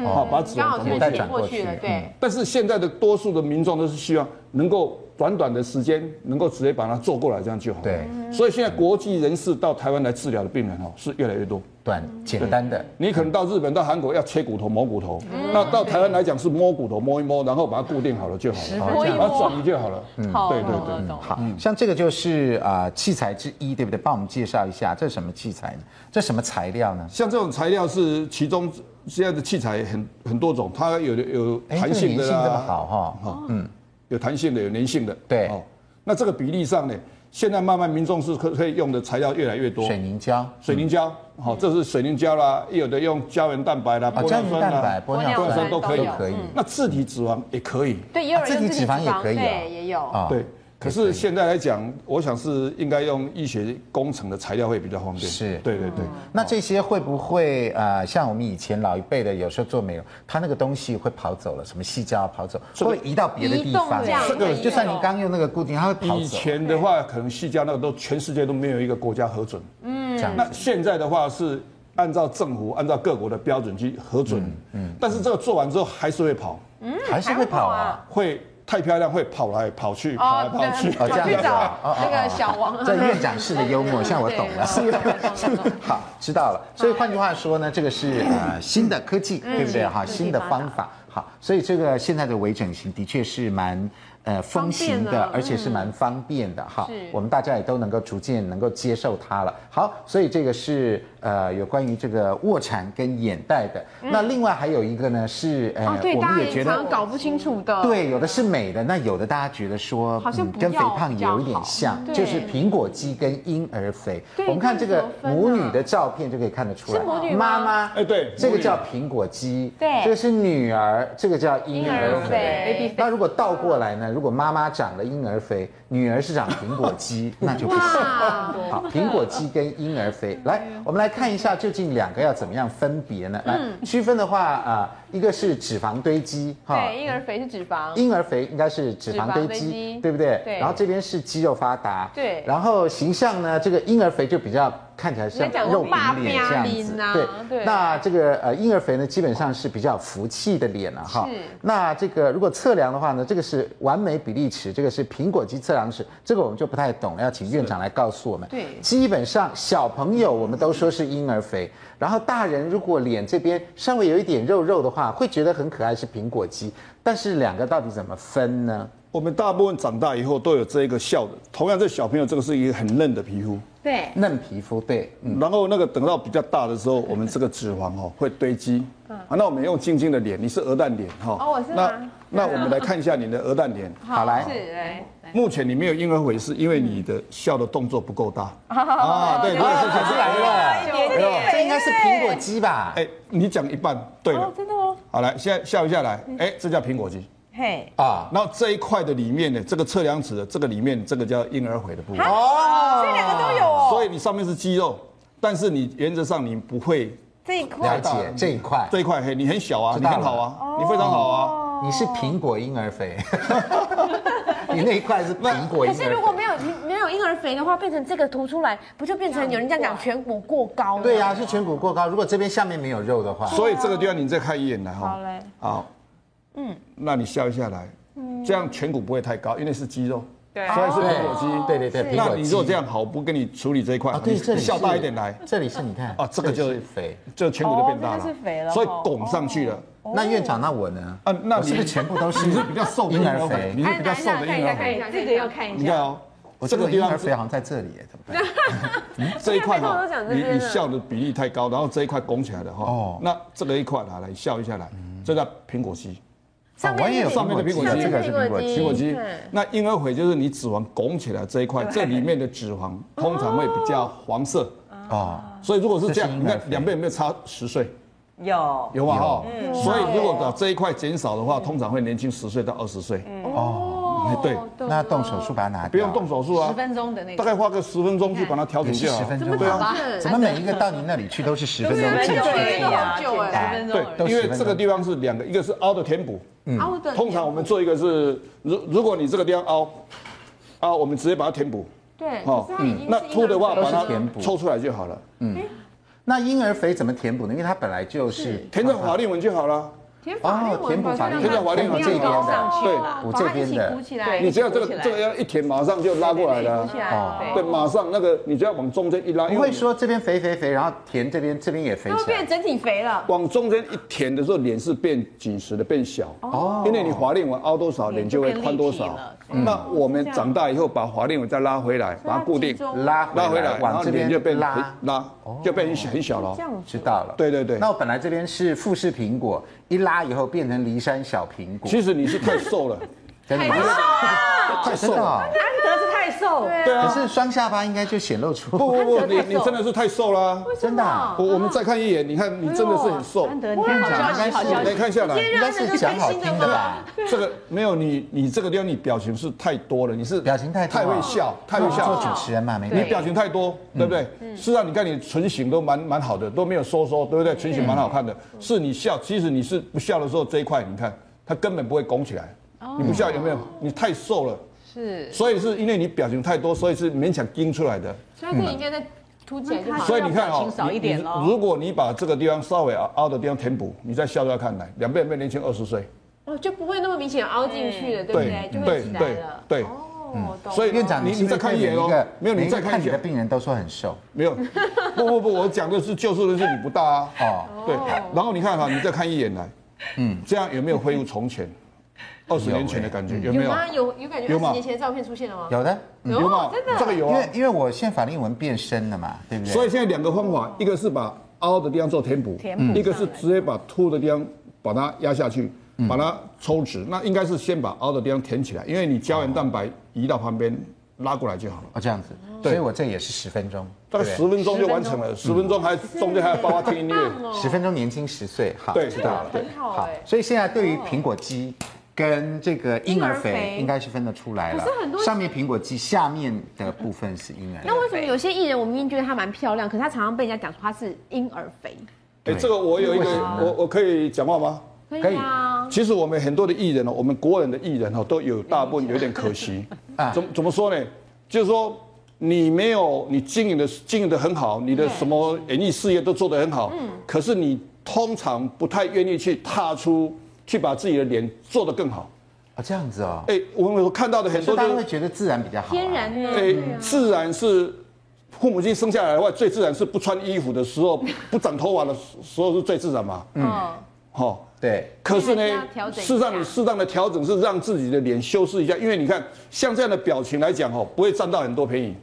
好、把指
嗯
纹
刚好
转
是
眼袋
chuyển
转
过
过
去
去
了，对，
但是现在的多数的民众都是希望能够短短的时间能够直接把它做过来，这样就好。
对，
所以现在国际人士到台湾来治疗的病人哦是越来越多。
短
嗯
简单的，
你可能到日本、到韩国要切骨头、磨骨头，
嗯
那到台湾来讲是摸骨头、摸一摸，然后把它固定好了就好了，
摸一
然后
摸，
转移就好了。
好，
对
懂
对
了
对。
懂了
好嗯像这个就是啊、呃器材之一，对不对？帮我们介绍一下，这是什么器材呢？这什么材料呢？
像这种材料是其中现在的器材很很多种，它有的有
哎，
弹
这个
性
粘
的啊
性这么
啦，
好哈、
哦，嗯，有弹性的，有粘性的，哦
对，
那这个比例上呢，现在慢慢民众是可可以用的材料越来越多，
水凝胶。
水凝胶，好，这是水凝胶啦，也有的用胶原蛋白啦，
嗯啊，
玻
胶
尿
原
酸
蛋白、
啦，
玻
玻
尿
尿
酸
酸都可以
都嗯可以。
那自体脂肪也可以，
对，也有人用
自体
自体
脂肪也可以啊
对，也有，
啊
对。可是现在来讲，我想是应该用医学工程的材料会比较方便，
是嗯
对对对。
嗯
那这些会不会呃，像我们以前老一辈的，有时候做美容，它那个东西会跑走了，什么细胶啊跑走，
个
会移到别的地
移动
方
这样。
这个
就算你刚用那个固定，它会跑
以
走。
前的话，可能细胶那个都全世界都没有一个国家核准，
这样
嗯
那现在的话是按照政府、按照各国的标准去核准，嗯，但是这个做完之后还是会跑，
嗯
还是会跑啊。
会太漂亮，会跑来跑去，跑来
哦，
跑去。
哦这样
去
子
找
啊哦哦
那个小王啊，
这院长式的幽默，现在我懂了。
对懂了懂了
好，知道了。所以换句话说呢，这个是呃新的科技，对不对？哈，新的方法。好，所以这个现在的微整形的确是蛮呃风行
方便
的
了，
而且是蛮方便的哈
是。
我们大家也都能够逐渐能够接受它了。好，所以这个是呃有关于这个卧蚕跟眼袋的。那另外还有一个呢是呃
哦，对，
我
大
们
家
也觉
也
得
常搞不清楚的，
对，有的是美的，那有的大家觉得说，嗯
好像不
跟肥
要
胖
比较
有一点
好
像，
对
就是苹果肌跟婴儿肥。
对
我们看这
那
个
怎么分
母
啊
女的照片就可以看得出来，
是母女吗
妈妈，
哎对
这
母
个
女
叫苹果肌，
对
这个是女儿，这个叫婴
婴
儿
儿
肥。
肥嗯
那如果倒过来呢？如果妈妈长了婴儿肥，女儿是长苹果肌，那就不行。
哇嗯
好，苹果肌跟婴儿肥，来，我们来看一下究竟两个要怎么样分别呢？来区分的话啊，一个是脂肪堆积，
嗯对，婴儿肥是脂肪，
婴儿肥应该是脂肪堆
脂肪堆
积
积，
对不对？
对
然后这边是肌肉发达，
对
然后形象呢，这个婴儿肥就比较看起来像
人家讲
肉饼脸这样
肉饼
子，
啊对
那这个呃婴儿肥呢，基本上是比较福气的脸了、哈
是。
那这个如果测量的话呢，这个是完美比例尺，这个是苹果肌测量尺，这个我们就不太懂了，要请院长来告诉我们。
对
基本上小朋友我们都说是婴儿肥，然后大人如果脸这边稍微有一点肉肉的话，会觉得很可爱，是苹果肌。但是两个到底怎么分呢？
我们大部分长大以后都有这一个笑的，同样这小朋友这个是一个很嫩的皮肤，
对，
嫩皮肤对，
然后那个等到比较大的时候，我们这个脂肪哦会堆积，啊，那我们用晶晶的脸，你是鹅蛋脸哈，
嗯哦我是
那
吗
那我们来看一下你的鹅蛋脸，
好来
是来，
目前你没有婴儿肥，是因为你的笑的动作不够大
哦
啊，对，你也是
啊，
这
跑
样
出来了，哎
点点
这应该是苹果肌吧？
哎，你讲一半对了，
真的哦，
好来，现在笑一下来，
嗯
哎，这叫苹果肌。
嘿，
啊，
然后这一块的里面呢，这个测量尺的这个里面，这个叫婴儿肥的部分。
哦，
这两个都有哦，
所以你上面是肌肉，但是你原则上你不会
这一块
了解这一块。
这一块黑，你很小啊，
知
你
道了
很好
哦
啊，你非常好啊。
你是苹果婴儿肥， <laughs> 你那一块是苹果
可
婴儿肥。
是如果没有没有婴儿肥的话，变成这个凸出来，不就变成有人家讲颧骨过高？
对呀、是颧骨过高。如果这边下面没有肉的话，
所以这个地方你再看一眼来哈。
哦好嘞。嗯
好，嗯，那你笑一下来，这样颧骨不会太高，因为是肌肉。
对啊
所以是苹果肌。
对对对，苹
那
果
你
肌。
如果这样好，我不跟你处理这一块
啊，，对，
你
这里是
笑大一点来，
这里是你看
啊这个就
里是肥。
就颧骨就变大
哦这个哦是
了
肥了，
所以拱上去了。
那院长，那我呢？
啊那
我
你
是不是全部都是
你是比较瘦的
婴
婴
儿
儿肥，
肥？
你是比较瘦的婴儿肥。
哎一下，这个要看一
你看哦，
我
这
这
个
个
地
婴
方
儿肥
是
好像在这里耶，怎么办？哦
这一块哈
每个都讲，这
你
边啊
你笑的比例太高，然后这一块拱起来的哈
哦，
那这个一块拿来笑一下来，这叫苹果肌。
上面也有
上面的苹果
肌，
肌
这个是苹
嗯
果
苹
肌
果。肌，那婴儿肥就是你脂肪拱起来这一块，这里面的脂肪通常会比较黄色，
哦，
所以如果是这
这
样，
是
你
婴儿
看
肥
两边有没有差十岁？
嗯
有
有吧？哈，
嗯
所以如果把这一块减少的话，通常会年轻十岁到二十岁。
嗯
哦，对，
那动手术把它拿掉，
不用动手术啊
十，分钟的那
大
个，
概花个十分钟去把它调整
也是
掉
十
啊。
分钟
这么
吧
早吧
怎么每一个到你那里去都是十分
对
钟
啊，
进
这
去
个
而
也
已
是
啊？
好久哎，十分钟而
都
对，
十
因
分
为
钟
这个地方是两个，一个是凹的填补，
已。
啊
凹的
通常我们做一个是，如如果你这个地方凹，凹我们直接把它填补。
对，
哦，嗯，那凸的话
都
把
是
它
填补
抽出来就好了，
那婴儿肥怎么填补呢？因为它本来就是
填上法令纹就好了。
填法令
哦
纹
填补法令
填补法令纹这一边的对
补这边的
鼓起来，
你只要这个这个要一填，马上就拉过来了
鼓起
啊。
来，
对，马上那个你只要往中间一拉，
不
因为
会说这边肥肥肥，然后填这边，这边也肥
它会
起来
变。整体肥了。
往中间一填的时候，脸是变紧实的，变小。哦，因为你法令纹凹多少，脸就会宽多
脸就
少
变立。
那我们长大以后把法令纹再拉回来，把它固定，
拉
拉回来，然
往
后
这
脸
边
就变
拉哦
拉，拉就变很小很小了。
知道了。
对对对
那我本来这边是富士苹果，一拉以后变成骊山小苹果。
其实你是太瘦
<laughs>
了，
真的吗？ <laughs> 真
太瘦
的
了。
哦。
安德是太瘦，
对
可
啊，
是双下巴应该就显露出
不不不，
看起
你
来太
你
瘦
真的是太瘦啦。
<laughs> 真的啊。
我我们再看一眼，你看你真的是很瘦。
安德，你看
好消息好消
来看下来，
应该是讲好听的吧？
这个没有你，你这个地方你表情是太多了，你是
表情太多
太
啊
会笑，太会
做
笑。
主持人嘛，没
你
办法
表情太多，
嗯
对不对？是啊，你看你唇形都蛮蛮好的，都没有收缩，对不对？
嗯
唇形蛮好看的。是你笑，其实你是不笑的时候这一块，你看它根本不会拱起来。
哦
你不笑有没有？你太瘦了，
是，
所以是因为你表情太多，所以是勉强盯出来的。
所以这里面再凸起来就好。
所以你看
表
哦
情，少一点咯
你你如果你把这个地方稍微凹凹的地方填补，你再笑笑看来，两边有没有年轻二十岁？
哦，就不会那么明显凹进去了，对不对？就会起来了。
对，嗯
哦，懂。
所以
院长，
你
你
你
是
再
在
看一眼
一
哦
个，，
没有，
每
你
一个
再看
看
一
你的
眼，
病人都说很瘦
没有，不不不，我讲的是就事论事，你不大啊，
哦，
对，然后你看哈，你再看一眼来，嗯，这样有没有恢复从前二十年前的感觉？
欸
有
有
没有？
吗？有有感觉
有
二
吗
十年前的照片出现了吗？哦
有的，
有吗？
真的
这个有
因
啊
为，因为我现在法令纹变深了嘛，对不对？
所以现在两个方法，一个是把凹的地方做填补，
嗯
一个是直接把凸的地方把它压下去，
嗯
把它抽直。那应该是先把凹的地方填起来，因为你胶原蛋白移到旁边拉过来就好了。
哦这样子，所
对
以我这也是十分钟，
大概
对
十分钟就完成了，十分钟还中间还要包括听音乐，
哦
十分钟年轻十岁，好，
对
知道了，
很好哎
所以现在对于苹果肌跟这个婴
婴
儿
儿
肥
肥
应该是分得出来了
可是很，多
上面苹果肌，下面的部分是婴儿肥
那。为什么有些艺人我明明觉得她蛮漂亮，可是她常常被人家讲说她是婴儿肥？
哎，这个我有一个，我我可以讲话吗？
可以
啊，
其实我们很多的艺人哦，我们国人的艺人哦，都有大部分有点可惜
啊
啊。怎么怎么说呢？就是说你没有你经营的经营的很好，你的什么演艺事业都做得很好，可是你通常不太愿意去踏出去把自己的脸做得更好。
哦这样子哦，
哎，我们看到的很
所
多
以大
就
家
是
会觉得自然比较好啊，
天然呢？
哎，自然是父母亲生下来的话，最自然是不穿衣服的时候，不长头发的时候是最自然嘛。哦
嗯，
好、
对。
可是呢
还是要调，整一下
适当的适当的调整是让自己的脸修饰一下，因为你看像这样的表情来讲哦，不会占到很多便宜。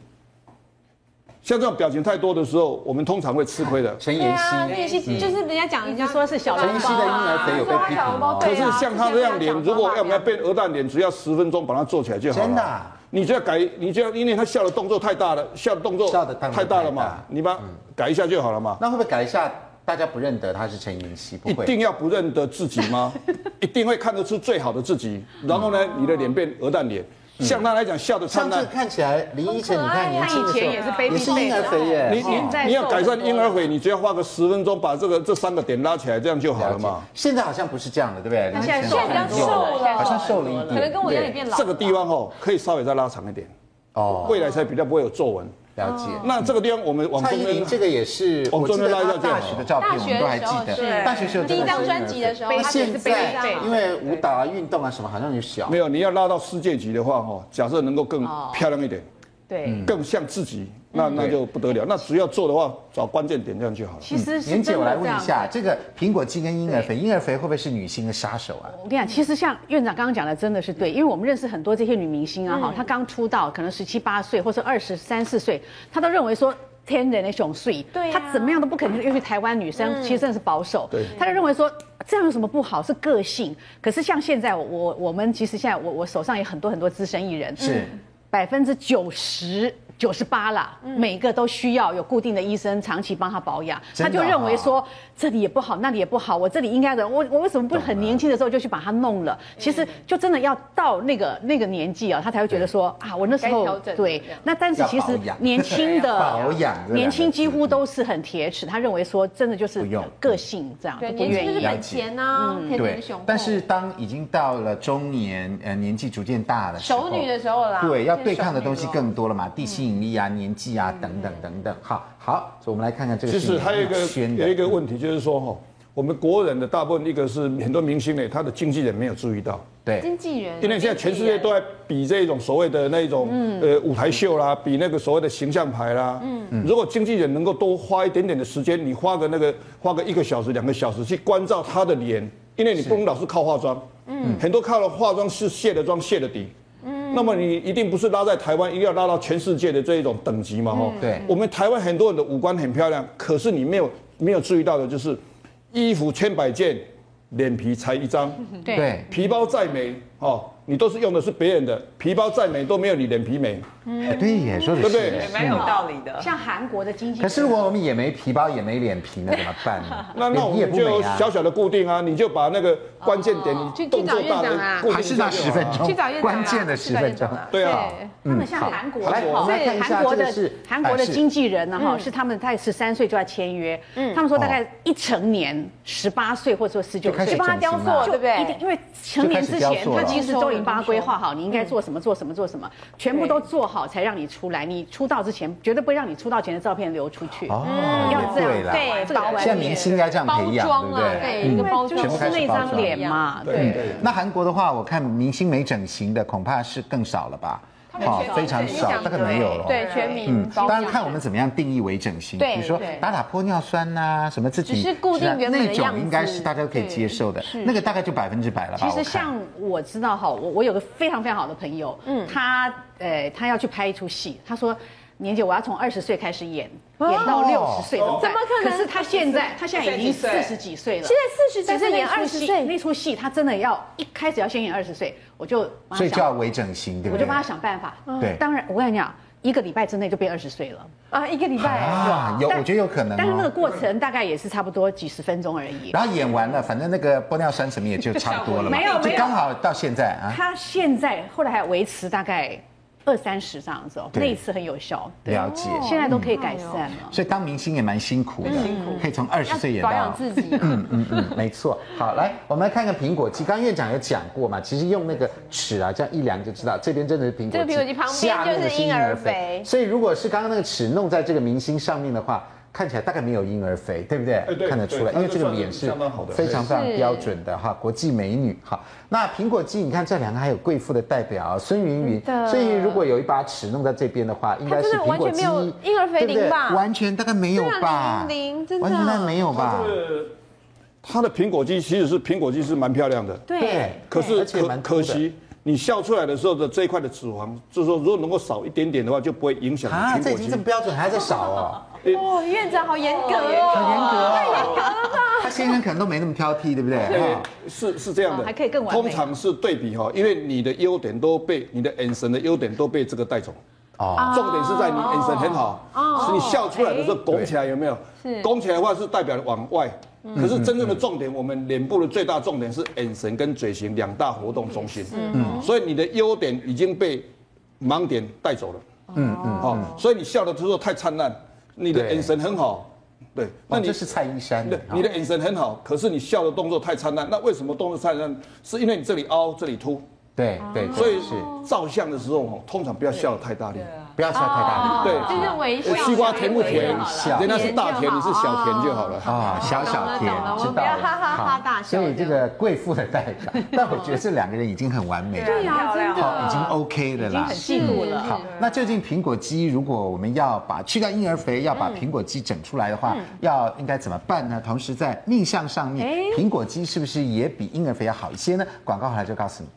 像这种表情太多的时候，我们通常会吃亏的。
啊
陈妍希，
那也是就是人家讲人家
说是小
陈妍希的婴儿肥有被批评哦，
可是像他这样脸，如果要不要变鹅蛋脸，只要十分钟把它做起来就好了。
真的啊
你就要改，你就要因为他笑的动作太大了，笑的动作
笑的动作
太大了
太
嘛
大，嗯
你把它改一下就好了嘛。
那会不会改一下？大家不认得她是陈妍希，不
一
会。
定要不认得自己
<laughs>
吗？一定会看得出最好的自己，然后呢，你的脸变鹅蛋脸。像他来讲，笑得灿
嗯上次
烂。
看起来林依晨，你
啊
看年轻
以
的时
前
候
也是 baby
也是婴儿肥耶，
你
现在
你你要
瘦
改善
很多
婴儿肥，你只要花个十分钟把这个这三个点拉起来，这样就好
了
了
解
嘛。
现在好像不是这样了，对不对？
他现在
林依晨
瘦很多
好像
了
好像瘦了一点，
可能跟我有点
对
变老。
这个地方哦，可以稍微再拉长一点，
哦，
未来才比较不会嗯有皱纹。
了解。
那这个地方我们往
蔡
中
依
间
林这个也是，
往
我记
中
得
间拉一
她
下就好
大学的照片，我们都还记
大学的时候
得。大学时候
第一张专辑的时候
那
她
也是
现
背
在
背
因为舞蹈啊、运动啊什么好像有小
没，有，你要拉到世界级的话，哈，假设能够更漂亮一点，
对，
更像自己，那那就不得了。那只要做的话，找关键点这样就好了。
其实
妍
是
姐，
真
嗯我来
的
问
这
一
样。
下，这个苹果肌跟婴儿肥，婴儿肥会不会是女性的杀手啊？
我跟你讲，其实像院长刚刚讲的，真的是对，
嗯
因为我们认识很多这些女明星啊，哈、她刚出道，可能十七八岁，或是二十三四岁，她都认为说。天然的雄穗，
对啊
嗯
她怎么样都不肯，尤其台湾女生其实真的是保守
对，
她就认为说这样有什么不好？是个性。可是像现在我我我们其实现在我我手上也很多很多资深艺人，嗯
是
百分之九十。九十八啦，
嗯
每个都需要有固定的医生长期帮他保养，
真
他
的
就认为
哈
说这里也不好，那里也不好，我这里应该的，我我为什么不很年轻的时候就去把它弄了？其实就真的要到那个那个年纪啊，他才会觉得说啊，我那时
该调
候
整了
对
这样，
那但是
要
其实
保养
年轻的
保养这两个字
年轻几乎都是很铁齿，他认为说真的就是
不用
个性这样，
对，
都不
年
愿
轻
意
就是
了
本
解嗯
钱啊呐，天
对
天雄厚。
但是当已经到了中年，呃，年纪逐渐大的时候，
熟女的时候啦
对，要
变
对抗的
熟女
东西
了
更多了
嗯
嘛，地吸引力啊、年纪啊等等等等。好，好，所以我们来看看这个
其
是
实还有一个
哪圈的
有一个问题就是说哈，我们国人的大部分一个是很多明星呢，他的经纪人没有注意到，
对
经纪人，
因为现在全世界都在比这种所谓的那种呃舞台秀啦，比那个所谓的形象牌啦。嗯，如果经纪人能够多花一点点的时间，你花个那个花个一个小时、两个小时去关照他的脸，因为你不能老是靠化妆。嗯，很多靠了化妆是卸了妆、卸了底。嗯，那么你一定不是拉在台湾，一定要拉到全世界的这一种等级嘛？哈、
对
我们台湾很多人的五官很漂亮，可是你没有没有注意到的就是，衣服千百件，脸皮才一张。
对，
皮包再美哦，你都是用的是别人的，皮包再美都没有你脸皮美。
嗯
哎对耶，说的
对
是
不对
是
蛮有道理的。
像韩国的经济。
可是如果我们也没皮包，也没脸皮，那怎么办
<laughs>
呢？
那那我
脸
们
皮也不
就
美啊
小小的固定啊，你就把那个关键点
去
你
去
动作
找
大
院长啊
的固定一下就好
还是那
了
十分钟，
去找院长啊
关键的十分
去找
钟
院长啊。
对啊，
他们像韩国，
嗯好来我们来看一下
韩国
这个
的
是
韩国
哎
的
是
经纪人呢，啊哈，是他们在十三岁就要签约，他们说大概一成年，十八岁或者说十九
哦就开
岁
始
帮他
整
雕
形
塑，
了
就
对不对
一定因为成年
就开始
之
雕
前，
塑了
他其实都已经帮他规划好，你应该做什么做什么做什么，全部都做好才让你出来。你出道之前绝对不会让你出道前的照片流出去，
哦，
要
也
这样
对啦，
对
这个
保
现在明星应该这样
包
培养，对
装
不
啊，
对？嗯
一个
因为
包
就
装
全部
是
开始
那
包
张
装
脸嘛，
啊对
对。
对
那韩国的话，我看明星没整形的恐怕是更少了吧？好
全民
非常
整
少，
形
大概没有了。
对全民
嗯，
包
当
养
然看我们怎么样定义为整形，比
对
如说
对
打打玻尿酸呐、什么自己
只是固定原本的
那种，应该
样子
是大家都可以接受的
是，
那个大概就百分之百了吧？
其实
我看
像我知道哈，我我有个非常非常好的朋友，嗯，他呃他要去拍一出戏，他说。年姐，我要从二十岁开始演，演到六十岁怎么办？
怎么可能
可是他现在，他现在已经
现
四
在几岁
十几岁了。
现在四十
但
几
是
岁
那
演
出
二十
戏，
岁，
那出戏他真的要一开始要先演二十岁，我就帮他
所以
想
叫微整形，对不
我
对
就帮？他想办法。
对
当然我跟你讲，一个礼拜之内就变二十岁了。
啊，一个礼拜
啊，有，
但
我觉得有可能、哦。
但是那个过程大概也是差不多几十分钟而已。
然后演完了，反正那个玻尿酸什么也就差不多了嘛，
没有没
就
有
刚好到现在啊。
他现在后来还维持大概二三十这样子哦，
对
那一次很有效。对
了解
现在都可以改善了。
所以当明星也蛮辛苦的，可以从二十岁演
嗯保
到
养自己，
<laughs> 嗯嗯嗯，没错。好，来，我们来看看苹果肌。刚刚院长有讲过嘛，其实用那个尺啊，这样一量就知道，这边真的是苹果
这个
肌，
苹果肌旁边
下面的
就是婴儿肥
所以如果是刚刚那个尺弄在这个明星上面的话，看起来大概没有婴儿肥，对不对？
哎对
看得出来，因
对
为这个脸是
相当好的
非常非常标准的哈，国际美女哈。那苹果肌，你看这两个还有贵妇的代表孙云云，孙云云如果有一把尺弄在这边的话，应该
她
是
真的
苹
完
果
全
肌
没有婴儿肥
对不对
零吧
完全大概没有
对啊
吧？
零零真的
完全大概没有吧？
他的苹果肌其实是苹果肌是蛮漂亮的，
对，
可是
而且
可
蛮多
可
的
惜。你笑出来的时候的这一块的脂肪，就是说如果能够少一点点的话，就不会影响
啊，
你
这
苹
已
果
经
肌
这。么标准，还在少哦，
哦，院长好严格哦，
很严格哦。他先生可能都没那么挑剔，对不对？
对
哈，
啊是是这样的，
哦还可以更完美
通常是对比哈，因为你的优点都被你的眼神的优点都被这个带走。
哦，哎
重点是在你眼神很好，是你笑出来的时候拱起来有没有？拱起来的话是代表往外，
嗯
可是真正的重点，我们脸部的最大重点是眼神跟嘴型两大活动中心，嗯所以你的优点已经被盲点带走了，嗯嗯，哦，所以你笑的时候太灿烂，你的
对
眼神很好，对，
那
你
哦这是蔡依珊
对
的，，哦
你的眼神很好，可是你笑的动作太灿烂，那为什么动作灿烂？是因为你这里凹，这里凸，
对对，对
所以
是
照相的时候哦，通常不要笑得太大力。
不要笑太大力，啊
对，
哦就认为
呃西瓜甜不甜哦
笑？
人家是大甜，你是小甜就好了。
啊，小小甜
懂了懂了，
知
我们不
道
要
了
哈哈哈
好
大笑
所以这个贵妇的代表，但我觉得这两个人已经很完美了，
啊
对
漂亮
好，已经
哦
OK 的啦，
已经很进步了
嗯好，那究竟苹果肌，如果我们要把去掉婴儿肥，要把苹果肌整出来的话，要应该怎么办呢？同时在命相上面，苹果肌是不是也比婴儿肥要好一些呢？广告回来就告诉你。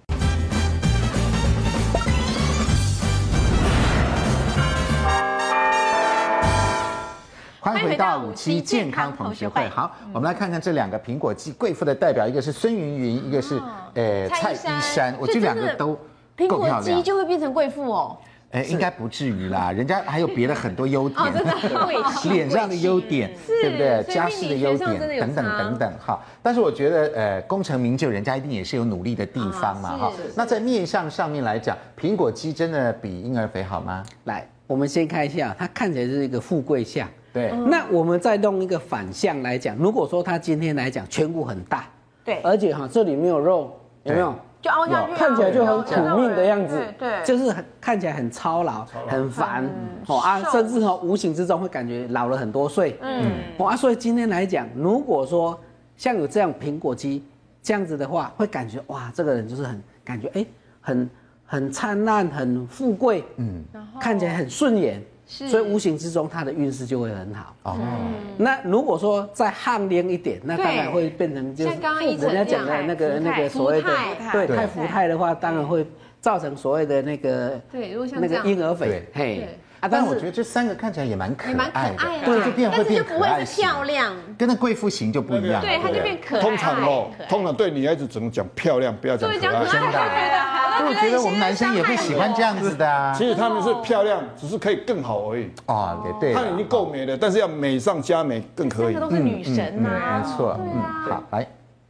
欢迎回到五期健康同学会。嗯好，我们来看看这两个苹果肌贵妇的代表，一个是孙云云，一个是呃
蔡
蔡
依
依
珊
珊，我
所以
觉得
真
两
的
个都
苹
够
果
漂
肌
亮。
就会变成贵妇
<laughs>
哦。
哎，应该不至于
<laughs>
啦，人家还有别的很多优点，
哦
<laughs> 脸上的优点，对不对？
所以
家世
命
的
理学
优
上
点
真的有
等等
差
等等哈。但是我觉得，呃，功成名就，人家一定也是有努力的地方
啊
嘛哈。那在面相上面来讲，苹果肌真的比婴儿肥好吗？
来，我们先看一下，它看起来是一个富贵相。
对，
那我们再弄一个反向来讲，如果说它今天来讲颧骨很大，
对
而且哈这里没有肉，有没有？
就凹下去
有
啊，
看起来就很
有
苦命的样子，
对，嗯对
就是很看起来很操劳、很烦哦啊，
瘦
甚至哦无形之中会感觉老了很多岁，嗯，哦啊，所以今天来讲，如果说像有这样苹果肌这样子的话，会感觉哇，这个人就是很感觉哎，很很灿烂、很富贵，嗯，看起来很顺眼，所以无形之中他的运势就会很好。
哦，
嗯
那如果说再悍练一点，那当然会变成就是
像刚刚一
人家讲的那个
层
那个
太
所谓的
福态
对
对
太福态的话，当然会造成所谓的那个
对，如果像
那
这
个
样，
婴儿肥
对，
嘿啊，
但
但
我觉
是
得这三个看起来也蛮可爱
也蛮可爱啊
的，
的
对，就变会
但是
变
就不
可
会
爱
是
型
漂亮，
跟那贵妇型就不一样了，
对，它就
不
变可爱。啊
通常哦
可爱，
通常对女孩子只能讲漂亮，不要讲
对，
可
讲
爱。
可爱，
真的
<laughs> 啊
我觉得我们男生也会喜欢这样子的啊
其。实他们是漂亮，只是可以更好而已。
哦，也对啦，
她已经够美了，但是要美上加美更可
三
以
个。都是女神啊呐、
没错，嗯，好，来，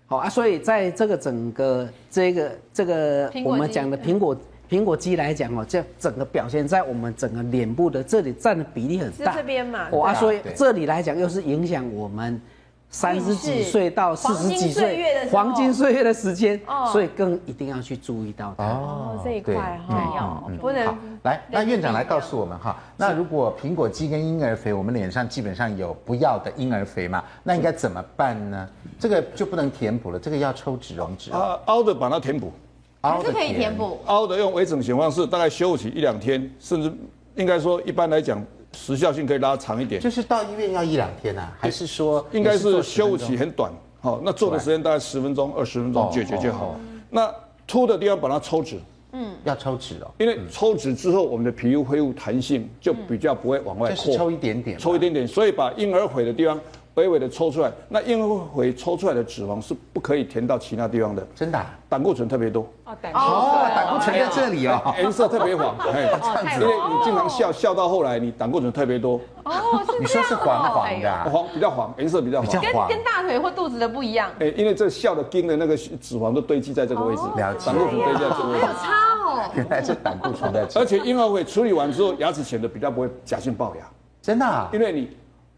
好啊，所以在这个整个这个这个
苹果肌
我们讲的苹果苹果肌来讲哦，这整个表现在我们整个脸部的这里占的比例很
是
大，
这边嘛
哦
对
啊，
啊
所以
对
这里来讲又是影响我们三十几岁到四十
黄金
几
岁月的
岁
时候
黄金岁月的时间
哦，
所以更一定要去注意到它。
哦
这一块
对
哈
嗯
要
嗯嗯
不能
好来，那院长来告诉我们哈，那如果苹果肌跟婴儿肥，我们脸上基本上有不要的婴儿肥嘛，那应该怎么办呢？这个就不能填补了，这个要抽脂溶脂，
啊，凹的把它填补，
凹
是
的
可以填补。
凹的用微整形方式，大概休息一两天，甚至应该说一般来讲，时效性可以拉长一点，
就是到医院要一两天啊，还是说
应该
也
是
做十分
休
钟
息很短。好，那做的时间大概十分钟、二十分
哦
钟解决就好
哦。
那凸的地方把它抽脂，
要抽脂哦，
因为抽脂之后，我们的皮肤恢复弹性，就比较不会往外
就是
哎扩。
抽一点点嘛，
抽一点点，所以把婴儿肥的地方微微的抽出来。那婴儿肥抽出来的脂肪是不可以填到其他地方的，
真的啊
胆固醇特别多，
哦，胆固醇在这里哦，
颜色特别
<laughs>
黄，哎，因为你经常笑笑到后来，你胆固醇特别多，
你说是黄黄的啊，
黄比较黄，颜色比较
比较
黄。
黄，
跟大腿或肚子的不一样。
哎，因为这笑的筋的那个脂肪都堆积在这个位置，
了解
胆固醇堆积在
哎
这个
哎
位置。
哦
原来是胆固醇在这
而
里，
且婴儿肥处理完之后，牙齿显得比较不会假性龅牙，
真的啊
因，为你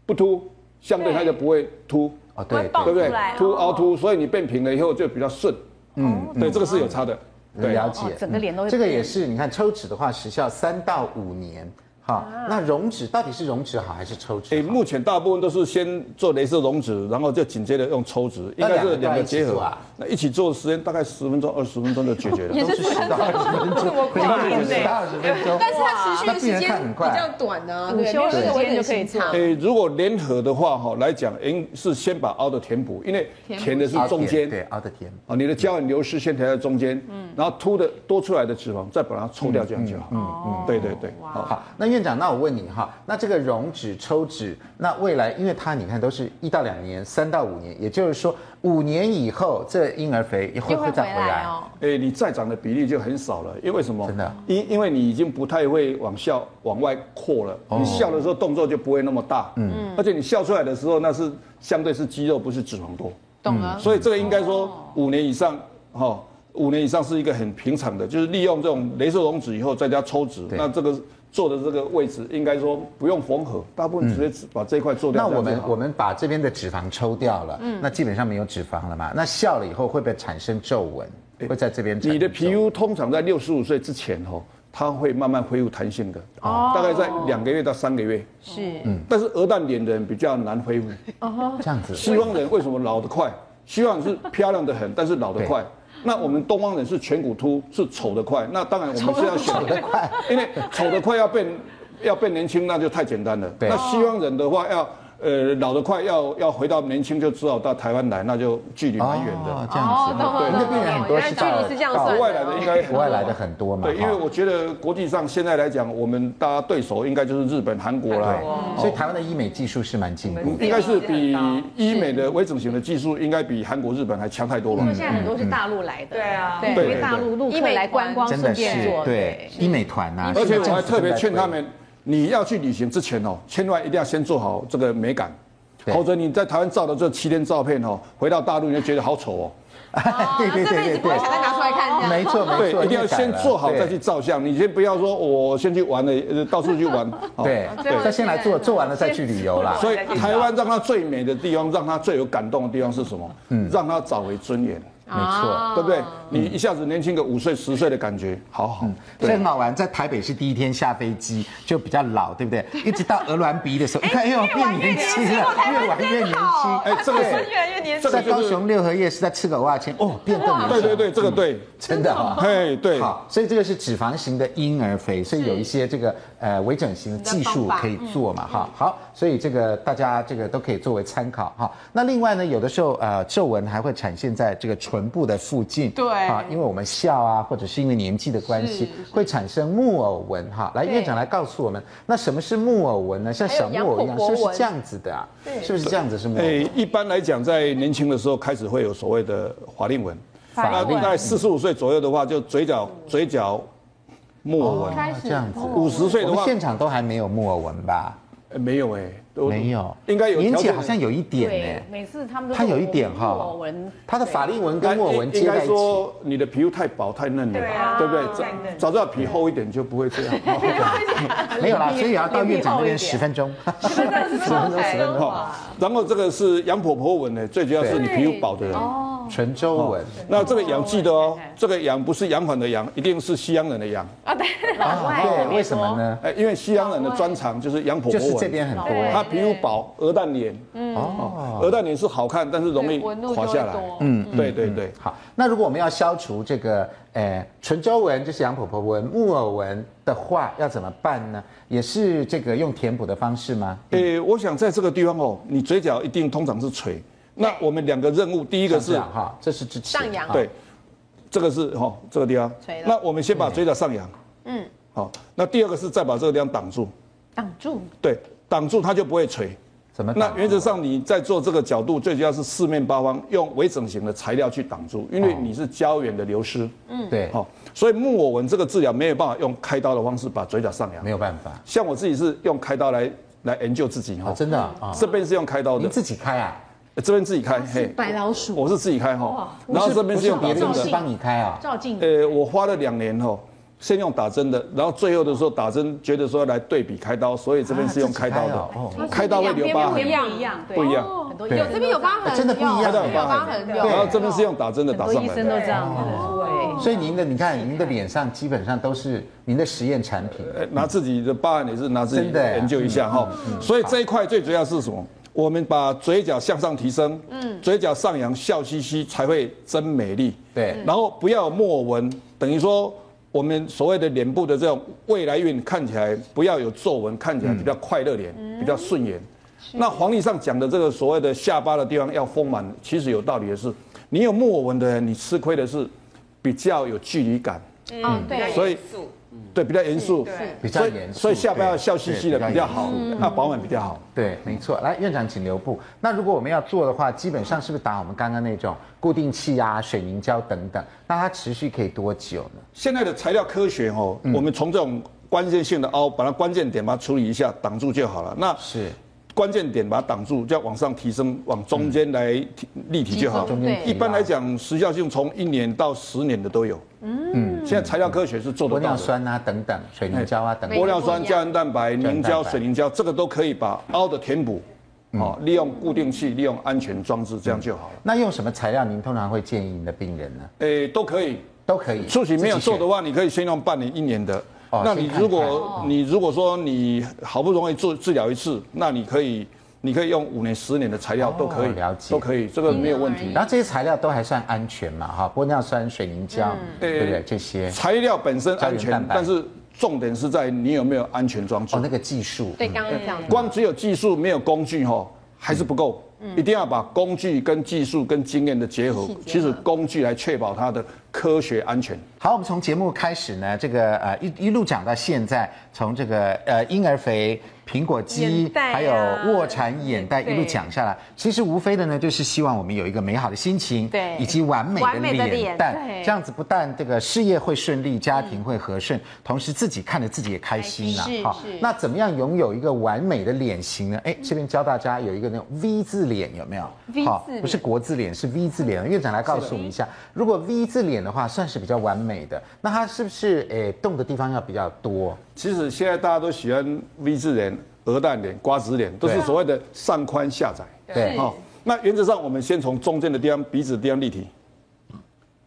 不凸，相对它就不会凸。
哦对对
对不对
出来？
凸凹凸，所以你变平了以后就比较顺。嗯，对，这个是有差的。对，
了解，
整个脸都会
这个也是，你看抽脂的话，时效三到五年。好，那溶脂到底是溶脂好还是抽脂
诶，
好？
哎目前大部分都是先做镭射溶脂，然后就紧接着用抽脂，应该是两个结
那两个都要一起做
合
啊。
那一起做的时间大概十分钟、二十分钟就解决了。
都是十到二十分 <laughs> 钟，不是十到二十分钟。
但是它持续
那
的
病
时
人
间
看很
比
快
较短
嗯
啊，
午
对，
休
没有那
时
个微
间就
整
可
形
以做
长。
诶，如果联合的话哈来讲，应是先把凹的填补，因为填的是
凹
中
甜
间，
对，凹的甜。
啊，你的胶原流失线条在中间，然后凸的多出来的脂肪再把它抽掉，这样就好。嗯嗯，对对对，好。
好，那院长，那我问你哈，那这个溶脂、抽脂，那未来因为它你看都是一到两年、三到五年，也就是说五年以后，这婴儿肥会
哦
不会再回来？
哎、你再长的比例就很少了，因为什么？
真的啊
因因为你已经不太会往笑往外扩了，
哦
你笑的时候动作就不会那么大，嗯，而且你笑出来的时候，那是相对是肌肉，不是脂肪多，
懂
嗯
了。
所以这个应该说五年以上，哈、五年以上是一个很平常的，就是利用这种镭射溶脂以后再加抽脂，
对
那这个做的这个位置应该说不用缝合，大部分直接把这一块做
嗯
掉。
那
这
我
样就
们
好
我们把这边的脂肪抽掉了，那基本上没有脂肪了嘛？那笑了以后会不会产生皱纹？会在这边产生皱纹？
你的皮肤通常在六十五岁之前哦，它会慢慢恢复弹性的，
哦
大概在两个月到三个月。是，嗯，但是鹅蛋脸的人比较难恢复。
这样子，
西方人为什么老得快？西方人是漂亮的很，但是老得快。那我们东方人是颧骨凸，是丑得快。那当然我们是要选得快，因为丑得快要变要变年轻，那就太简单了。
对
那西方人的话要呃，老得快要要回到年轻，就只好到台湾来，那就距离蛮远的。
哦，这样子，
懂
对，那病人很多
原来
是
距离是这样
到
算
国外来的应该很多
国外来的很多嘛，
对，因为
哈
我觉得国际上现在来讲，我们大家对手应该就是日本、韩国啦，
所以台湾的医美技术是蛮进步的。
应该是比医美的微整形的技术应该比韩国、日本还强太多吧
因为？嗯现在
嗯
很多是大陆来的，
对啊
对，
对
因为大陆陆
对
客来观光，
真
顺
的
便
是
做，
对医美团啊呐、
而且我
现在
还
政府
特别
都在
劝他
推
们，你要去旅行之前哦，千万一定要先做好这个美感，
对
否则你在台湾照的这七天照片哦，回到大陆你就觉得好丑哦。
对对
这辈
对对
子不会想再
对，
拿出来看这样。
没错没
对
错，，
一定要
改
先
了
做好
对
再去照相，你先不要说哦我先去玩了，呃到处去
<laughs>
玩。哦
对，要先来做，做完了再去旅游啦。
所以台湾让它最美的地方，让它最有感动的地方是什么？
嗯
让它找回尊严，
没错。
对不对？你一下子年轻个五岁十岁的感觉，好好。
所以很好玩，嗯在台北市第一天下飞机就比较老，对不对？一直到鹅銮鼻的 <laughs> 时候，你看，哎呦，变年轻了，越玩越年轻。
哎，这个
对
是
越来越年
这
在
个
高
就是
雄六合夜市，在吃个蛙前，哦，变更年轻。
对对对，这个对，
真的啊哈。
嘿对。
嗯好，所以这个是脂肪型的婴儿肥，所以有一些这个呃微整形的技术可以做嘛哈。好，所以这个大家这个都可以作为参考哈。那另外呢，有的时候呃皱纹还会产现在这个唇部的附近，对啊，因为我们笑啊，或者是因为年纪的关系，会产生木偶纹哈。来，院长来告诉我们，那什么是木偶纹呢？像小木偶一样，是不是这样子的啊？对，是不是这样子是木偶纹？
诶，哎一般来讲，在年轻的时候开始会有所谓的法令纹，那在四十五岁左右的话，就嘴角嘴角木偶纹。
哦这样子。
五十岁
我
的
们
话
现场都还没有木偶纹吧？
诶没有哎，都
没有，
应该有
年
条
纪
件
好像有一点呢、
对，每次他们都
它有一点哈
我闻
它的法令纹
应该
跟木偶纹
哎应
接在
该
一起。
说你的皮肤太薄太嫩了，
对啊
对不对？
太嫩
早早知道皮厚一点就不会这样。
没有啦，所以也要到院长那边十分钟，十分钟，十分钟，十分钟。
哦 <laughs> 然后这个是羊婆婆纹呢，最主要是你皮肤薄的人。
哦
唇周纹，
那这个羊记得哦，这个羊不是羊粉的羊，一定是西洋人的羊。哦
啊对，为什么呢？
哎，因为西洋人的专长就是羊婆
就
婆
是
纹，
这边很多
它皮肤薄，鹅蛋脸，哦，鹅蛋脸是好看，但是容易垮下来。嗯，对对对。
好，那如果我们要消除这个呃唇周纹，就是羊婆婆纹、木偶纹的话，要怎么办呢？也是这个用填补的方式吗？
诶、我想在这个地方哦，你嘴角一定通常是垂。那我们两个任务，第一
这
个是
哈，这是支持
上扬
对，这个是哈、哦、这个地方
垂了。
那我们先把嘴角上扬，嗯，好。那第二个是再把这个地方挡住，
挡住，
对，挡住它就不会垂。
怎么挡
那原则上你在做这个角度，最主要是四面八方用微整形的材料去挡住，因为你是胶原的流失，嗯，
对，
好、所以木偶纹这个治疗没有办法用开刀的方式把嘴角上扬
没。有办法
像我自己是用开刀来来研究自己哈、
啊，真的啊，
这哦边是用开刀
您
的，
自己开啊，
呃这边自己开，嘿，
白老鼠
我是自己开哈，然后这边是用
不
打
别的
针
医师
的，
帮你开啊，
照镜
呃，我花了两年哈，先用打针的，然后最后的时候打针觉得说来对比开刀，所以这边是用开刀
啊自己开哦
的，开刀会留疤痕，
样一样，对
不一样，
很多
对
有
这边有疤痕，
真的不一样
开刀有
有
疤痕，
疤痕
然后这边是用打针的打
很多
上
医
来
生都
的。
这样子。
对，
所以您的你看，您的脸上基本上都是您的实验产品。
呃拿自己的疤痕也是拿自己
真的嗯
研究一下哈，所以这一块最主要是什么？我们把嘴角向上提升，嗯，嘴角上扬，笑嘻嘻才会真美丽。
嗯
对，
然后不要有木偶纹，等于说我们所谓的脸部的这种未来运看起来不要有皱纹，看起来比较快乐脸，比较顺眼。那黄历上讲的这个所谓的下巴的地方要丰满，其实有道理的是，你有木偶纹的人，你吃亏的是比较有距离感，
嗯，对，
所以对比较严肃，
比较
所以
严肃，
所以下巴要
对
笑嘻嘻的比较。好，那饱满比较好。
对严肃对，没错。来，院长请留步。那如果我们要做的话，基本上是不是打我们刚刚那种固定器啊、水凝胶等等？那它持续可以多久呢？
现在的材料科学哦，
嗯
我们从这种关键性的凹，把它关键点把它处理一下，挡住就好了。那
是
关键点把它挡住，就要往上提升，往中间来提立体就好。
中间
一般来，讲，时效性从一年到十年的都有。嗯，现在材料科学是做
玻
得到
尿
的。
酸啊等等，水凝胶啊等
玻
等。
尿酸、胶原蛋白、
胶
凝胶、
原蛋白
水凝胶，这个都可以把凹的填补，
嗯
哦，利用固定器，利用安全装置，这样就好了。
那用什么材料？您通常会建议您的病人呢？
诶，都可以。
都可以。
初期没有做的
自己
话，你可以先用半年、一年的。
哦
那你
先看
如果你如果说你好不容易做治疗一次，那你可以你可以用五年、十年的材料都可以，
哦了解
都可以，这个没有问题
选。。嗯然后这些材料都还算嗯安全嘛？哈，玻尿酸、水凝胶，对不对？这些
材料本身安
胶原蛋
全，
白
但是重点是在于你有没有安全装置
哦，。那个技术，
对，刚刚讲的
光只有技术没有工具哈、还是不够，
嗯
一定要把工具跟技术跟经验的结合，其实工具来确保它的科学安全。
好，我们从节目开始呢，这个呃一一路讲到现在，从这个呃婴儿肥、苹果肌
眼，袋啊
还有卧蚕眼袋
对
一路讲下来，其实无非的呢，就是希望我们有一个美好的心情，
对
以及完美
完美
的
的
脸
脸
蛋，
对
这样子不但这个事业会顺利，家庭会和顺，同时自己看着自己也开心了
嗯开心。是是
那怎么样拥有一个完美的脸型呢？哎，这边教大家有一个那种 V 字脸，有没有
V
好
字脸
不是国字脸，是 V 字脸。院长来告诉我们一下，如果 V 字脸的话，算是比较完美的。那它是不是诶动的地方要比较多？
其实现在大家都喜欢 V 字脸、鹅蛋脸、瓜子脸，都是
对
所谓的上宽下窄。
对哦
好、那原则上我们先从中间的地方，鼻子的地方立体。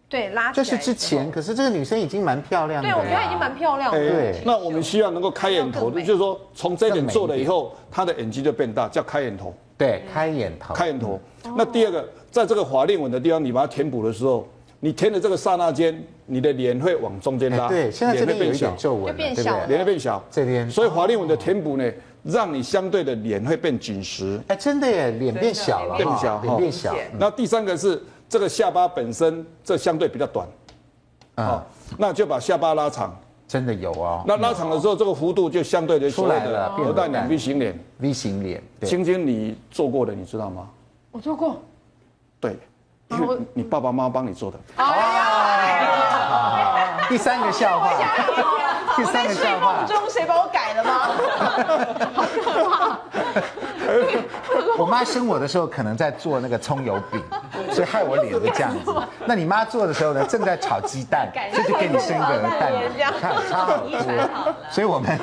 对拉起
这
来
是之前，哎可是这个女生已经蛮漂亮的
对
了。
我觉得她已经蛮漂亮的。
对
哎那我们希望能够开眼头，
更美
就是说从这一点做了以
更
后，他的眼睛就变大，叫开眼头。
对开眼头，
开眼头。
嗯
那第二个，在这个法令纹的地方，你把它填补的时候，你填的这个刹那间，你的脸会往中间拉，
哎对，现在这
脸会
边有
变
一
小
点，皱纹了，
就变
对不
小
对
了
脸会变小。
这边
所以法令纹的填补呢，让你相对的脸会变紧实。
哎，真的耶，脸变小了哈，
变小
脸
哈
变小，
哦
那第三个是这个下巴本身，这相对比较短，
啊
啊，，那就把下巴拉长。
真的有哦。
那拉长的时候，这个幅度就相对的所谓
出来了
的
变
鹅蛋
鹅蛋
脸、V 型脸。
V 型脸，对，
晶晶，你做过的，你知道吗？
我做过，
对，因为你爸爸妈妈帮你做的。
第三个笑话，第三个笑话，
中谁帮我改了吗？
我妈生我的时候可能在做那个葱油饼，所以害我脸就这样子。那你妈做的时候呢，正在炒鸡蛋，所以就给你生一个蛋
这
脸
样，
看差好多。所以我们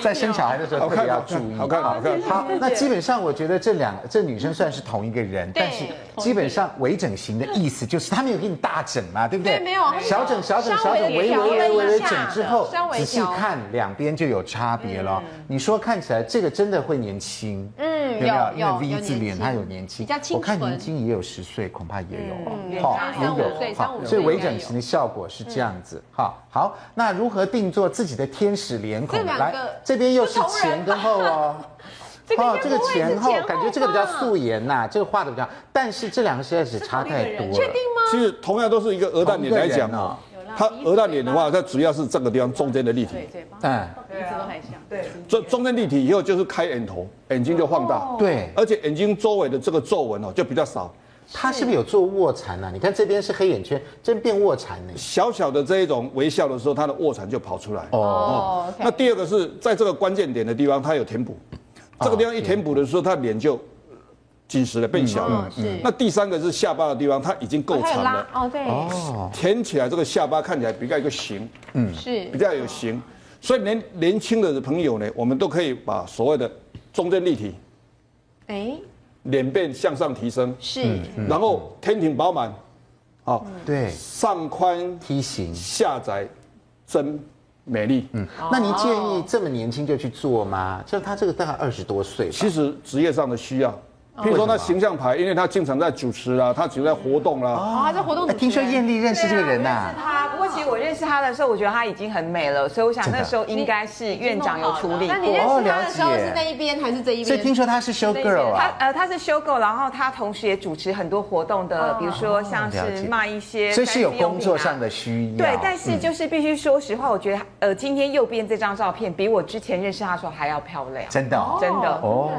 在生小孩的时候
好
特别
看，
要
好
注意。
看，好看，好看。
好，那基本上我觉得这两这女生算是同一个人，但是基本上微整形的意思就是她没有给你大整嘛，对不对？
对没有她
小整小整
稍微
小整，
地
微微
调
微
了一
微微
下
整之后
稍，微
仔细
调
看两边就有差别了。你说看起来这个真的会年轻，嗯，有没有？
有
因为
有
V 字脸
年轻
它有年轻，
比较清
我看
纯
年轻也有十岁，恐怕也有，
嗯三五岁三五岁
哦所以微
应该
整
有
形的效果是这样子，好，好，那如何定做自己的天使脸孔？
这两个
来，这边又是前跟后哦。
个应该
这个
不会是
前后
前后
感觉这个比较素颜呐、这个画的比较，但是这两个实在是差太多了。确定吗？
其实同样都是一个鹅蛋脸来
同
讲
一个人哦
啊，它鹅蛋脸的话，它主要是这个地方中间的立体，
嗯，
啊
一直都很像。
对，
中中间立体以后就是开眼头，眼睛就放大，
哦
对，
而且眼睛周围的这个皱纹哦就比较少，
他是不是有做卧蚕啊呐、你看这边是黑眼圈，这边变卧蚕呢。
小小的这一种微笑的时候，它的卧蚕就跑出来。
哦
那第二个是在这个关键点的地方，它有填补，
啊
这个地方一填补的时候，它脸就紧实
嗯
了，变小了。
哦是
那第三个是下巴的地方，它已经够
还有
长
拉
了，
哦，对，
哦，
填起来这个下巴看起来比较一个形。
是
比较有型。所以年年轻的朋友呢，我们都可以把所谓的中间立体，
哎
脸变向上提升，
是
然后天庭饱满，啊，
对，
上宽
梯形。
下窄，真美丽。嗯，
那您建议这么年轻就去做吗？像他这个大概二十多岁吧，
其实职业上的需要，譬如说他形象牌，因为他经常在主持啊，他只在活动啦、
哦，他在活动
哎
组织
听说艳丽认识这个人呐、
他不过其实我认识他的时候，我觉得他已经很美了，所以我想那时候应该是院长有处理
那你
过。
认识
哦
他
了
的时候
解
是那一边还是这一
所以听
边？
说他是 show girl
他
啊，
呃，他是修狗，然后他同时也主持很多活动的，
哦
比如说像
哦了解
是卖一些，
所以是有工作上。的需要。
啊
嗯
对，但是就是必须说实话，我觉得呃，今天右边这张照片比我之前认识他的时候还要漂亮，
真的哦
真的。
哦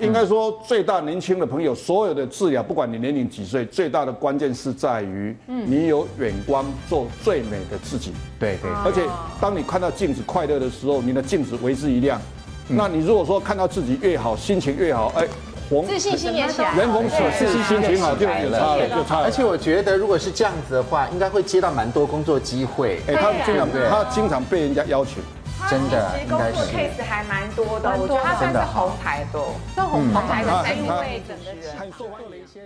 应应该说，最大年轻的朋友，所有的治疗，不管你年龄几岁，最大的关键是在于，你有远光做最美的自己。
对对
而且当你看到镜子快乐的时候，你的镜子为之一亮。
嗯
那你如果说看到自己越好，心情越好，哎，红
自信心也起来，
人红喜事心情好就有差了，就差了。
而且我觉得，如果是这样子的话，应该会接到蛮多工作机会。
哎，他
啊
经常
对不对
他经常被人家邀请，
真的
其实
应
工
该
作
是
case 还蛮多的，我觉得他算是红牌的，
那红
红牌的
他
三
他
位主持人。
他做完了一些。